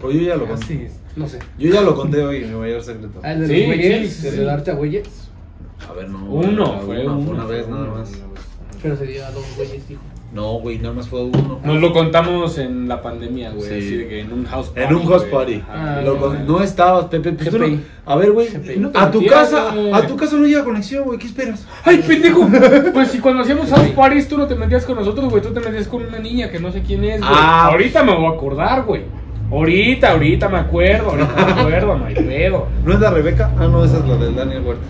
Pues yo ya lo conté. Así es. No sé. Yo ya lo conté hoy, mi mayor secreto. Ah, el de los Sí, güeyes, sí, el sí. de darte a güeyes. A ver, no. Uno, no, fue uno, uno, fue una fue vez uno, nada Ah, una más. vez. Pero se dio a dos güeyes, dijo. No, güey, nada más fue uno. Nos lo contamos en la pandemia, güey. Sí. Así de que en un house party. En un house güey. party. Ajá. Ah, Lo no, con- no estabas, Pepe. pues tú no- GPI. a ver, güey. GPI. no- a tu Mentira, casa, güey. a tu casa no llega conexión, güey. ¿Qué esperas? ¡Ay, [laughs] pendejo! Pues si cuando hacíamos house parties tú no te metías con nosotros, güey. Tú te metías con una niña que no sé quién es, güey. Ah. Ahorita me voy a acordar, güey. Ahorita, ahorita me acuerdo. Ahorita me acuerdo, no hay [laughs] pedo. ¿No es la Rebeca? Ah, no, esa es la del Daniel Huerta.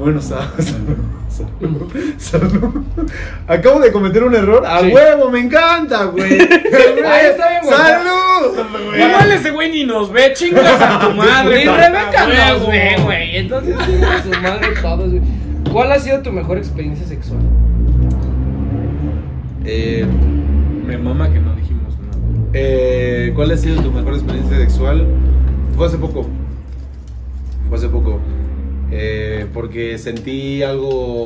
Bueno, sa- [laughs] salud. Salud. salud. Acabo de cometer un error. ¡A Sí. huevo! ¡Me encanta, güey! [laughs] Ahí está bien, güey. ¡Salud! güey! Igual ese güey ni nos ve, chingas a tu madre. Y Rebeca Hasta nos luego. ve, güey. Entonces, chinga su madre todos, güey. ¿Cuál ha sido tu mejor experiencia sexual? Eh, Me mama que no dijimos nada. eh, ¿Cuál ha sido tu mejor experiencia sexual? Fue hace poco. Fue hace poco. Eh, porque sentí algo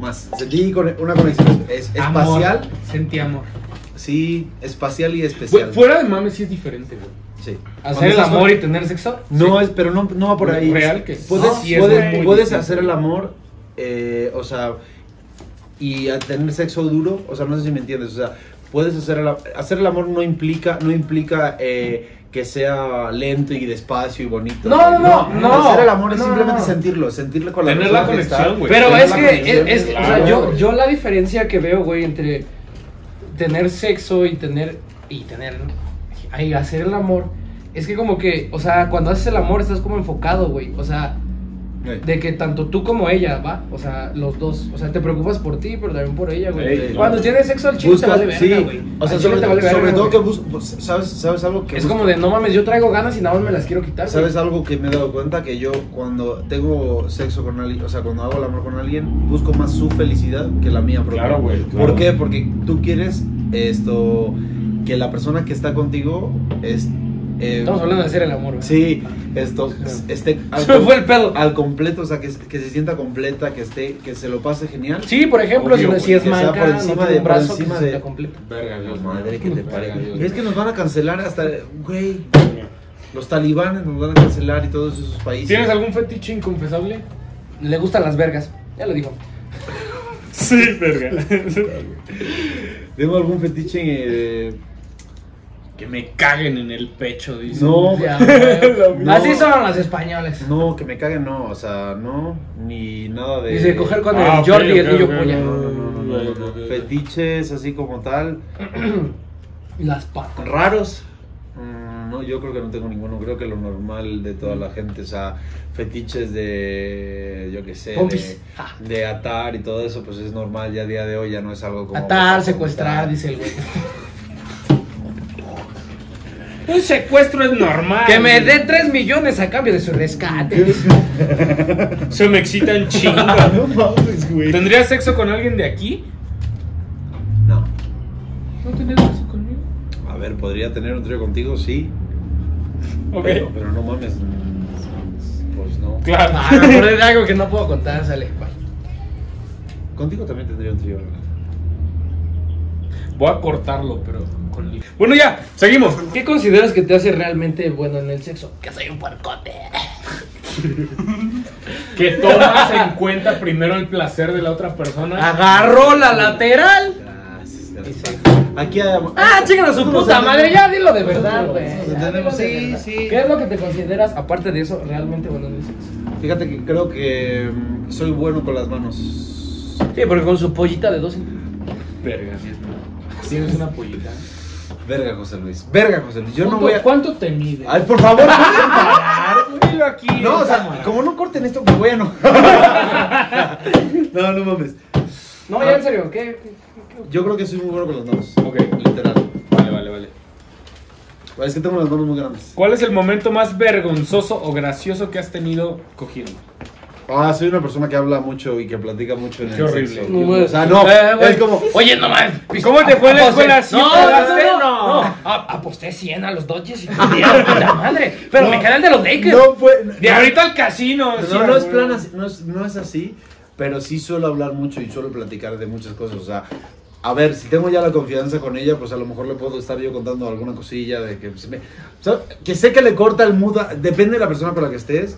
más. Sentí con- una conexión es- espacial. Amor. Sentí amor. Sí, espacial y Güey, especial. fuera de mames sí es diferente, güey. Sí. Hacer el Cuando estás amor con- y tener sexo. No, es, pero no, no va por ahí. Real que sí. puedes, No, sí es puedes- muy puedes distinto. hacer el amor, eh, o sea, y a tener sexo duro, o sea, no sé si me entiendes, o sea, puedes hacer el, hacer el amor no implica, no implica eh, que sea lento y despacio y bonito. No, no, no, no. Hacer el amor es No, simplemente no. sentirlo, sentirlo con la Tener la persona que conexión, está. güey. Pero Tener es Pues, la que, conexión, es, es- o sea, claro. yo, yo la diferencia que veo, güey, entre tener sexo y tener. y tener. y hacer el amor. Es que, como que, o sea, cuando haces el amor estás como enfocado, güey. O sea, Ey. de que tanto tú como ella, ¿va? O sea, los dos. O sea, te preocupas por ti, pero también por ella, güey. Ey, no. Cuando tienes sexo, al chico Busca- te vale verga, sí, güey. o sea, Al chile sobre, te vale verga, sobre todo güey. que busco, ¿sabes, sabes algo que Es busco? como de, no mames, yo traigo ganas y nada más me las quiero quitar. güey. ¿Sabes algo que me he dado cuenta? Que yo cuando tengo sexo con alguien, o sea, cuando hago el amor con alguien, busco más su felicidad que la mía propia. Claro, güey, claro. ¿Por qué? Porque tú quieres esto, que la persona que está contigo es... eh, Estamos hablando de hacer el amor, güey. Sí, esto, es- esté al, Se me fue el pedo. al completo, o sea, que, que se sienta completa, que esté, que se lo pase genial. Sí, por ejemplo, Obvio, si, güey, si es que sea manca, por encima no tiene de- un por brazo, que encima se de- la completa. Verga, La Dios madre mío. que te Verga, pare. Dios Es que mío. nos van a cancelar hasta, güey, los talibanes nos van a cancelar y todos esos países. ¿Tienes algún fetiche inconfesable? Le gustan las vergas, ya lo dijo. Sí, verga. ¿Tengo algún fetiche eh, [laughs] que me caguen en el pecho, dice. No, [laughs] Ya, güey. güey. Así son los españoles. No, que me caguen, no, o sea, no, ni nada de. Dice, coger con Ah, el ok, Jordi y el ok, tuyo ok, polla. No, no, no, no, no, no, no. Fetiches así como tal, Las patas. raros. mm, No ¿no? Yo creo que no tengo ninguno. Creo que lo normal de toda la gente, o sea, fetiches de, yo qué sé, Pompis. de, de atar y todo eso, pues es normal ya a día de hoy, ya no es algo como... Atar, secuestrar, dice [laughs] el güey. Un secuestro es normal. Que me dé 3 millones a cambio de su rescate. Se me [laughs] excitan chingo. No mames, güey. ¿Tendrías sexo con alguien de aquí? No. ¿No tienes sexo conmigo? A ver, ¿podría tener un trío contigo? Sí. Ok. Pero, pero no mames. mm, Pues no. Claro. Ah, no, pero es algo que no puedo contar, sale. Bye. Contigo también tendría un trío, ¿verdad? Voy a cortarlo, pero con el- Bueno, ya, seguimos. ¿Qué consideras que te hace realmente bueno en el sexo? Que soy un puercote. Que tomas en cuenta primero el placer de la otra persona. Agarró la lateral. Ah, sí, sí, sí. Aquí hay... Ah, chingan a su Nosotros puta entendemos- madre, ya dilo de verdad, Nosotros güey. entendemos, Ya, dilo de sí, verdad. sí. ¿Qué es lo que te consideras, aparte de eso, realmente bueno en el sexo? Fíjate que creo que mm, soy bueno con las manos. Sí, porque con su pollita de dos Verga, sí es verdad. Tienes una pollita. Verga, José Luis. Verga, José Luis. Yo no voy a... ¿Cuánto te Ah, mide? Ay, por favor, [laughs] ¿pueden parar? Dilo aquí. No, o sea, cámara. como no corten esto, pues bueno. [laughs] no, no mames. no, ya en serio, ¿qué? Yo creo que soy muy bueno con las manos. Ok. Literal. Vale, vale, vale. Es que tengo las manos muy grandes. ¿Cuál es el momento más vergonzoso o gracioso que has tenido cogiendo? Ah, soy una persona que habla mucho y que platica mucho en Qué el horrible. sexo. No, O sea, no, Eh, güey. es como... Oye, no mames. ¿Cómo te fue en la Aposté- escuela? ¿Sí No, te no, daste? no, no, No. no. A- Aposté 100 a los Dodgers y perdí a la puta madre. Pero me quedé el de los Lakers. No, fue... De ahorita al casino. sí, No, no es güey. plan así, no es, no es así, pero sí suelo hablar mucho y suelo platicar de muchas cosas. O sea, a ver, si tengo ya la confianza con ella, pues a lo mejor le puedo estar yo contando alguna cosilla de que se me- o sea, que sé que le corta el muda, depende de la persona con la que estés.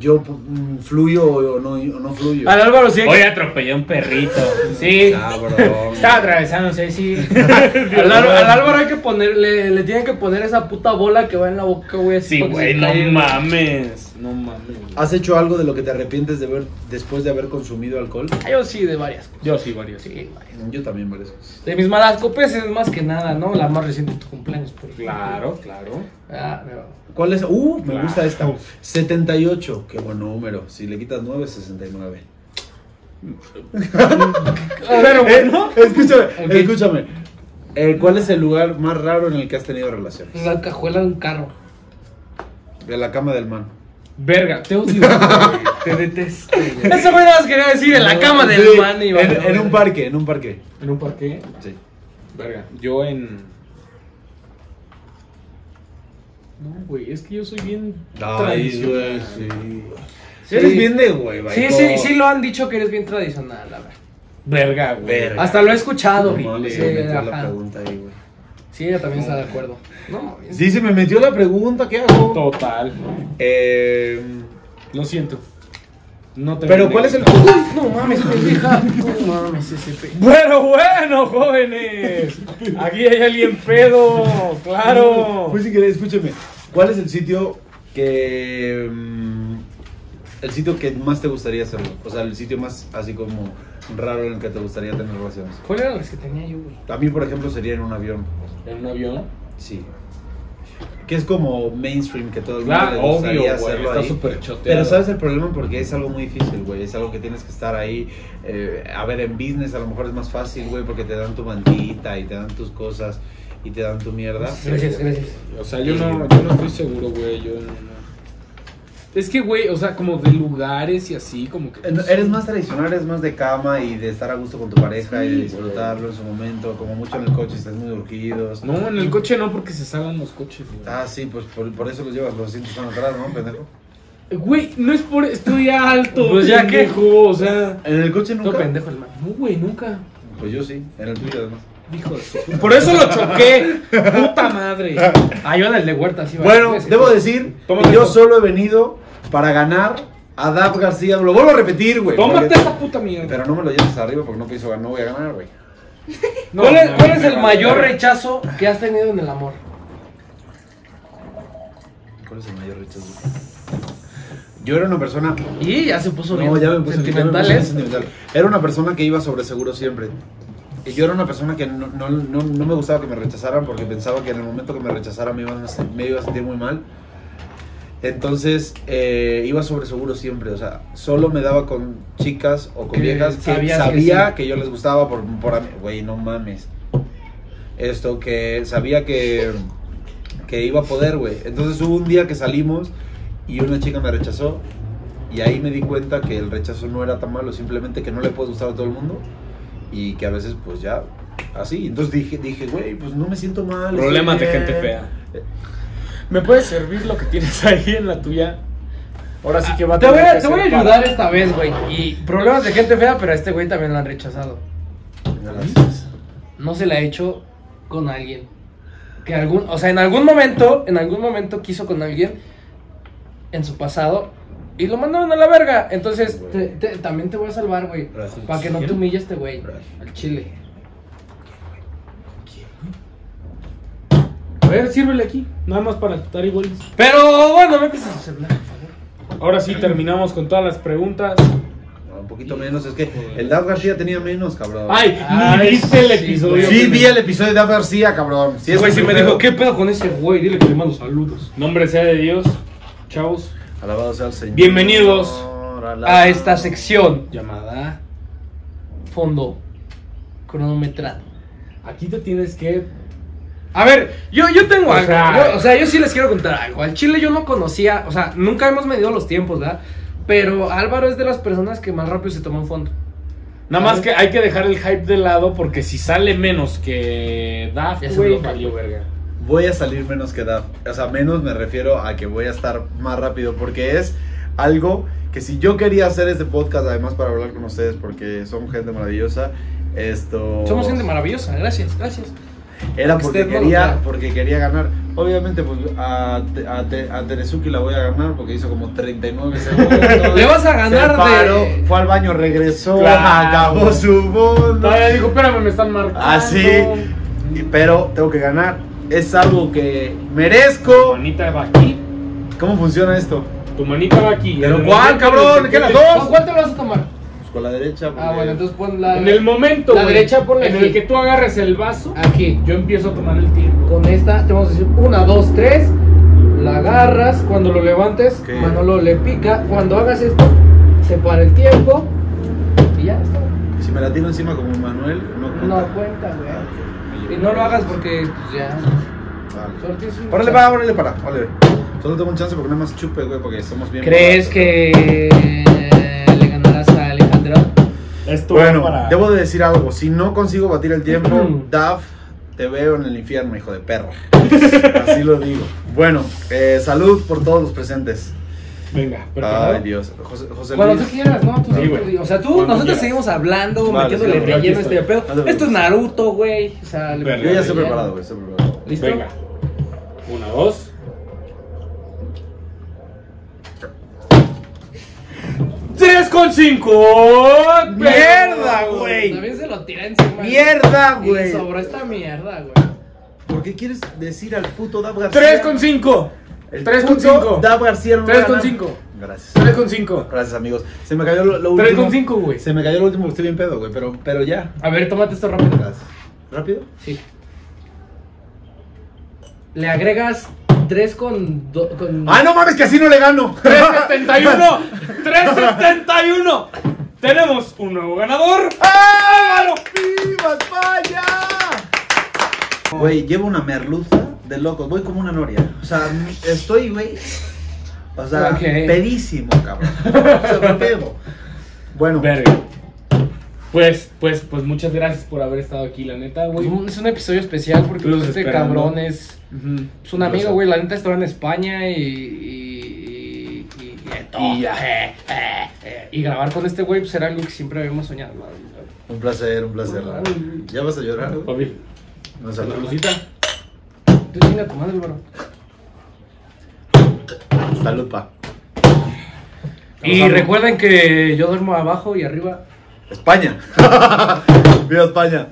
Yo pu- mm, fluyo o no, o no fluyo. Al Álvaro sí. Hoy atropellé a un perrito. Sí. [laughs] Cabrón. Estaba atravesándose, sí. Al, Álvaro- al Álvaro hay que ponerle, le tienen que poner esa puta bola que va en la boca, güey. Sí, así para que güey, se no caiga. mames. No mames. ¿Has hecho algo de lo que te arrepientes de ver después de haber consumido alcohol? Ah, Yo sí, de varias cosas. Yo sí, varios. Sí, varias. Yo también varias cosas. De mis malas copeses, más que nada, ¿no? La más reciente de tu cumpleaños, por ejemplo. Claro, claro. Ah, pero- ¿Cuál es? Uh, me Claro. gusta esta. 78, qué buen número. Si le quitas 9, 69. Pero [laughs] bueno. Eh, escúchame, Ok. escúchame. Eh, ¿Cuál es el lugar más raro en el que has tenido relaciones? Pues La cajuela de un carro. De la cama del man. Verga, te odio. güey. te detesto. güey. Eso güey nada más quería decir en la cama del Sí, man y en, en un parque, en un parque. ¿En un parque? Sí. Verga, yo en. No, güey, es que yo soy bien. tradicional. Sí. Eres bien de güey, Sí, sí, sí lo han dicho que eres bien tradicional, la verdad. Verga, güey. Verga. Hasta lo he escuchado. No mames, sí, se me metió la ajá. pregunta ahí, güey. Sí, ella también está de acuerdo. No, mames. Sí, se me metió la pregunta, ¿qué hago? Total. Eh, Lo siento. No te pero vendré. ¿cuál es el... [laughs] No mames, pendeja. No mames, ese pe- Bueno, bueno, jóvenes. Aquí hay alguien pedo. Claro. Pues si querés, escúchame. ¿Cuál es el sitio que. mm, el sitio que más te gustaría hacerlo? O sea, el sitio más así como raro en el que te gustaría tener relaciones. ¿Cuál eran las que tenía yo, güey? A mí, por ejemplo, sería en un avión. ¿En un avión? Sí. Que es como mainstream, que todo el mundo Claro, le obvio, gustaría güey. hacerlo Está ahí. súper choteado. Pero sabes el problema porque es algo muy difícil, güey. Es algo que tienes que estar ahí. eh, a ver, en business a lo mejor es más fácil, güey, porque te dan tu mantita y te dan tus cosas y te dan tu mierda. Gracias, gracias. O sea, yo no, yo no estoy seguro, güey. Yo no. Es que, güey, o sea, como de lugares y así, como que. Eh, Eres más tradicional, eres más de cama y de estar a gusto con tu pareja Sí, y de güey. disfrutarlo en su momento. Como mucho en el coche, estás muy urgidos. No, en el coche no, porque se salgan los coches, güey. Ah, sí, pues por, por eso los llevas los asientos van atrás, ¿no, pendejo? Güey, no es por. Estoy alto. Pues ya pendejo, O sea. ¿En el coche Todo nunca? pendejo el man. No, güey, nunca. Pues yo sí, en el tuyo además. Hijo de su- Por eso lo [laughs] choqué. [laughs] Puta madre. Ah, yo en el de Huerta, sí, Bueno, varias veces. debo decir Tómate que yo esto. solo he venido para ganar a Daf García. Lo vuelvo a repetir, güey. Tómate porque- esta puta mierda. Pero no me lo lleves arriba porque no pienso ganar, no voy a ganar, güey. No, ¿Cuál es, no, cuál es me el vale mayor verga. rechazo que has tenido en el amor? ¿Cuál es el mayor rechazo? Yo era una persona Y ya se puso No, bien ya me puse- ya me puse sentimental, ¿eh? sentimental. Era una persona que iba sobre seguro siempre. yo era una persona que no, no- no- no me gustaba que me rechazaran porque pensaba que en el momento que me rechazaran me, iban a se- me iba a sentir muy mal. Entonces eh, iba sobre seguro siempre, o sea, solo me daba con chicas o con Que viejas que sabías que sabía sí. que, yo les gustaba por, por a mí. güey, no mames. Esto que sabía que que iba a poder, güey. Entonces hubo un día que salimos y una chica me rechazó y ahí me di cuenta que el rechazo no era tan malo, simplemente que no le puedes gustar a todo el mundo y que a veces pues ya así. Entonces dije, dije, güey, pues no me siento mal. Eh, estoy Problemas de bien". gente fea. ¿Me puedes servir lo que tienes [laughs] ahí en la tuya? Ahora sí que va a Ah, eh. Te voy tener a, que te voy a ser para- ayudar esta vez, güey. Y problemas de gente fea, pero a este güey también lo han rechazado. Gracias. No se la ha hecho con alguien. Que algún, o sea, en algún momento, en algún momento quiso con alguien en su pasado y lo mandaron a la verga. Entonces, te- te- también te voy a salvar, güey. Gracias. Para que no te humille este güey. Gracias. Al chile. A ver, sírvele aquí. Nada más para quitar iguales. Pero bueno, me prestas tu celular, por favor. Ahora sí terminamos con todas las preguntas. No, un poquito menos, es que el Daf García tenía menos, cabrón. Ay, ni Ay, viste el sí, episodio. güey. sí, que vi me- el episodio de Daf García, cabrón. Sí, es Güey, el sí me primero. dijo, ¿qué pedo con ese güey? Dile que le mando saludos. Nombre sea de Dios. Chavos. Alabado sea el Señor. Bienvenidos Alabado. A esta sección, Llamada. fondo cronometrado. Aquí te tienes que. A ver, yo, yo tengo O algo. sea- yo- o sea, yo sí les quiero contar algo. Al Chile yo no conocía, o sea, nunca hemos medido los tiempos, ¿verdad? Pero Álvaro es de las personas que más rápido se toma un fondo. Nada más que hay que dejar el hype de lado porque si sale menos que Ya Daft, se güey, bloquea. valió verga. Voy a salir menos que Daf. O sea, menos me refiero a que voy a estar más rápido porque es algo que si yo quería hacer este podcast, además para hablar con ustedes porque son gente maravillosa, esto... Somos gente maravillosa, gracias, gracias. Era que porque esté quería, involucrada. porque quería ganar. Obviamente, pues a, Te- a, Te- a Terezuki la voy a ganar porque hizo como 39 segundos. [laughs] Le vas a ganar Se de- paró, fue al baño, regresó, Claro. acabó su mundo. Todavía digo, espérame, me están marcando. Así, "Ah, y- pero tengo que ganar. Es algo que Tu merezco. manita va aquí. ¿Cómo funciona esto? Tu manita va aquí. ¿Pero En el cuál, momento cabrón? en el ¿Qué las que- dos? ¿Con cuál te lo vas a tomar? Pues con la derecha. Ah, porque- bueno, entonces pon la. En el momento, La güey, derecha ponla en aquí. el que tú agarres el vaso, Aquí. yo empiezo a tomar el tiempo. Con esta te vamos a decir una, dos, tres. La agarras, cuando lo levantes, Ok. Manolo le pica. Cuando hagas esto, se para el tiempo. Y ya está. Si me la tiro encima como Manuel, no Ah, No cuenta. cuenta, güey. Y no lo hagas porque pues, ya. Vale. solo tienes un- Órale, para, órale, para, órale. Solo tengo un chance porque nada más chupe, güey, porque somos bien. ¿Crees baratos. que le ganarás a Alejandro? Esto Bueno, va para- debo de decir algo. Si no consigo batir el tiempo, [clears throat] Daf, te veo en el infierno, hijo de perra. Así lo digo. Bueno, eh, salud por todos los presentes. Venga, preparado. Ay, Dios. José, José Cuando Luis. tú quieras, ¿no? Tú, Sí, tú- güey. o sea, tú, Cuando nosotros quieras. seguimos hablando, Vale, metiéndole sí, yo aquí relleno a este estoy. pedo. No te Esto es preocupes. Naruto, güey. O sea, le- Verga, Yo ya estoy preparado, güey, estoy preparado. ¿Listo? Venga. Una, dos. ¡Tres con cinco! ¡Mierda, güey! También se lo tira encima. ¡Mierda, Y le güey! sobró esta mierda, güey. ¿Por qué quieres decir al puto Daf García? ¡Tres con cinco! El ¡Tres puto con cinco! Daf García no Tres gana. con cinco. Gracias. ¡Tres con cinco! Gracias, amigos. Se me cayó lo, lo último. ¡Tres con cinco, güey! Se me cayó lo último porque estoy bien pedo, güey, pero, pero ya. A ver, tómate esto rápido. Gracias. ¿Rápido? Sí. Le agregas 3 con. do- con... ¡Ah, no mames, que así no le [laughs] gano! ¡371! [laughs] ¡371! Tenemos un nuevo ganador. ¡Álvaro Viva España! Güey, llevo una merluza de locos. Voy como una noria. O sea, estoy, güey. O sea, Ok. pedísimo, cabrón. O sea, me pego. Bueno, Verga. Pues, pues, pues muchas gracias por haber estado aquí, la neta, güey. Un- Es un episodio especial porque Los este esperando. cabrón es, Ujú. es Pues un amigo, güey. La neta estaba en España y. Y, y, y- y- eh, y grabar con este güey pues era algo que siempre habíamos soñado. un placer, un placer. la verdad. ¿Ya vas a llorar? güey? Papi, No la saludos. lucita. Tú chinga tu madre, bro. Salud, pa. [laughs] Y recuerden que yo duermo abajo y arriba. España. Viva España.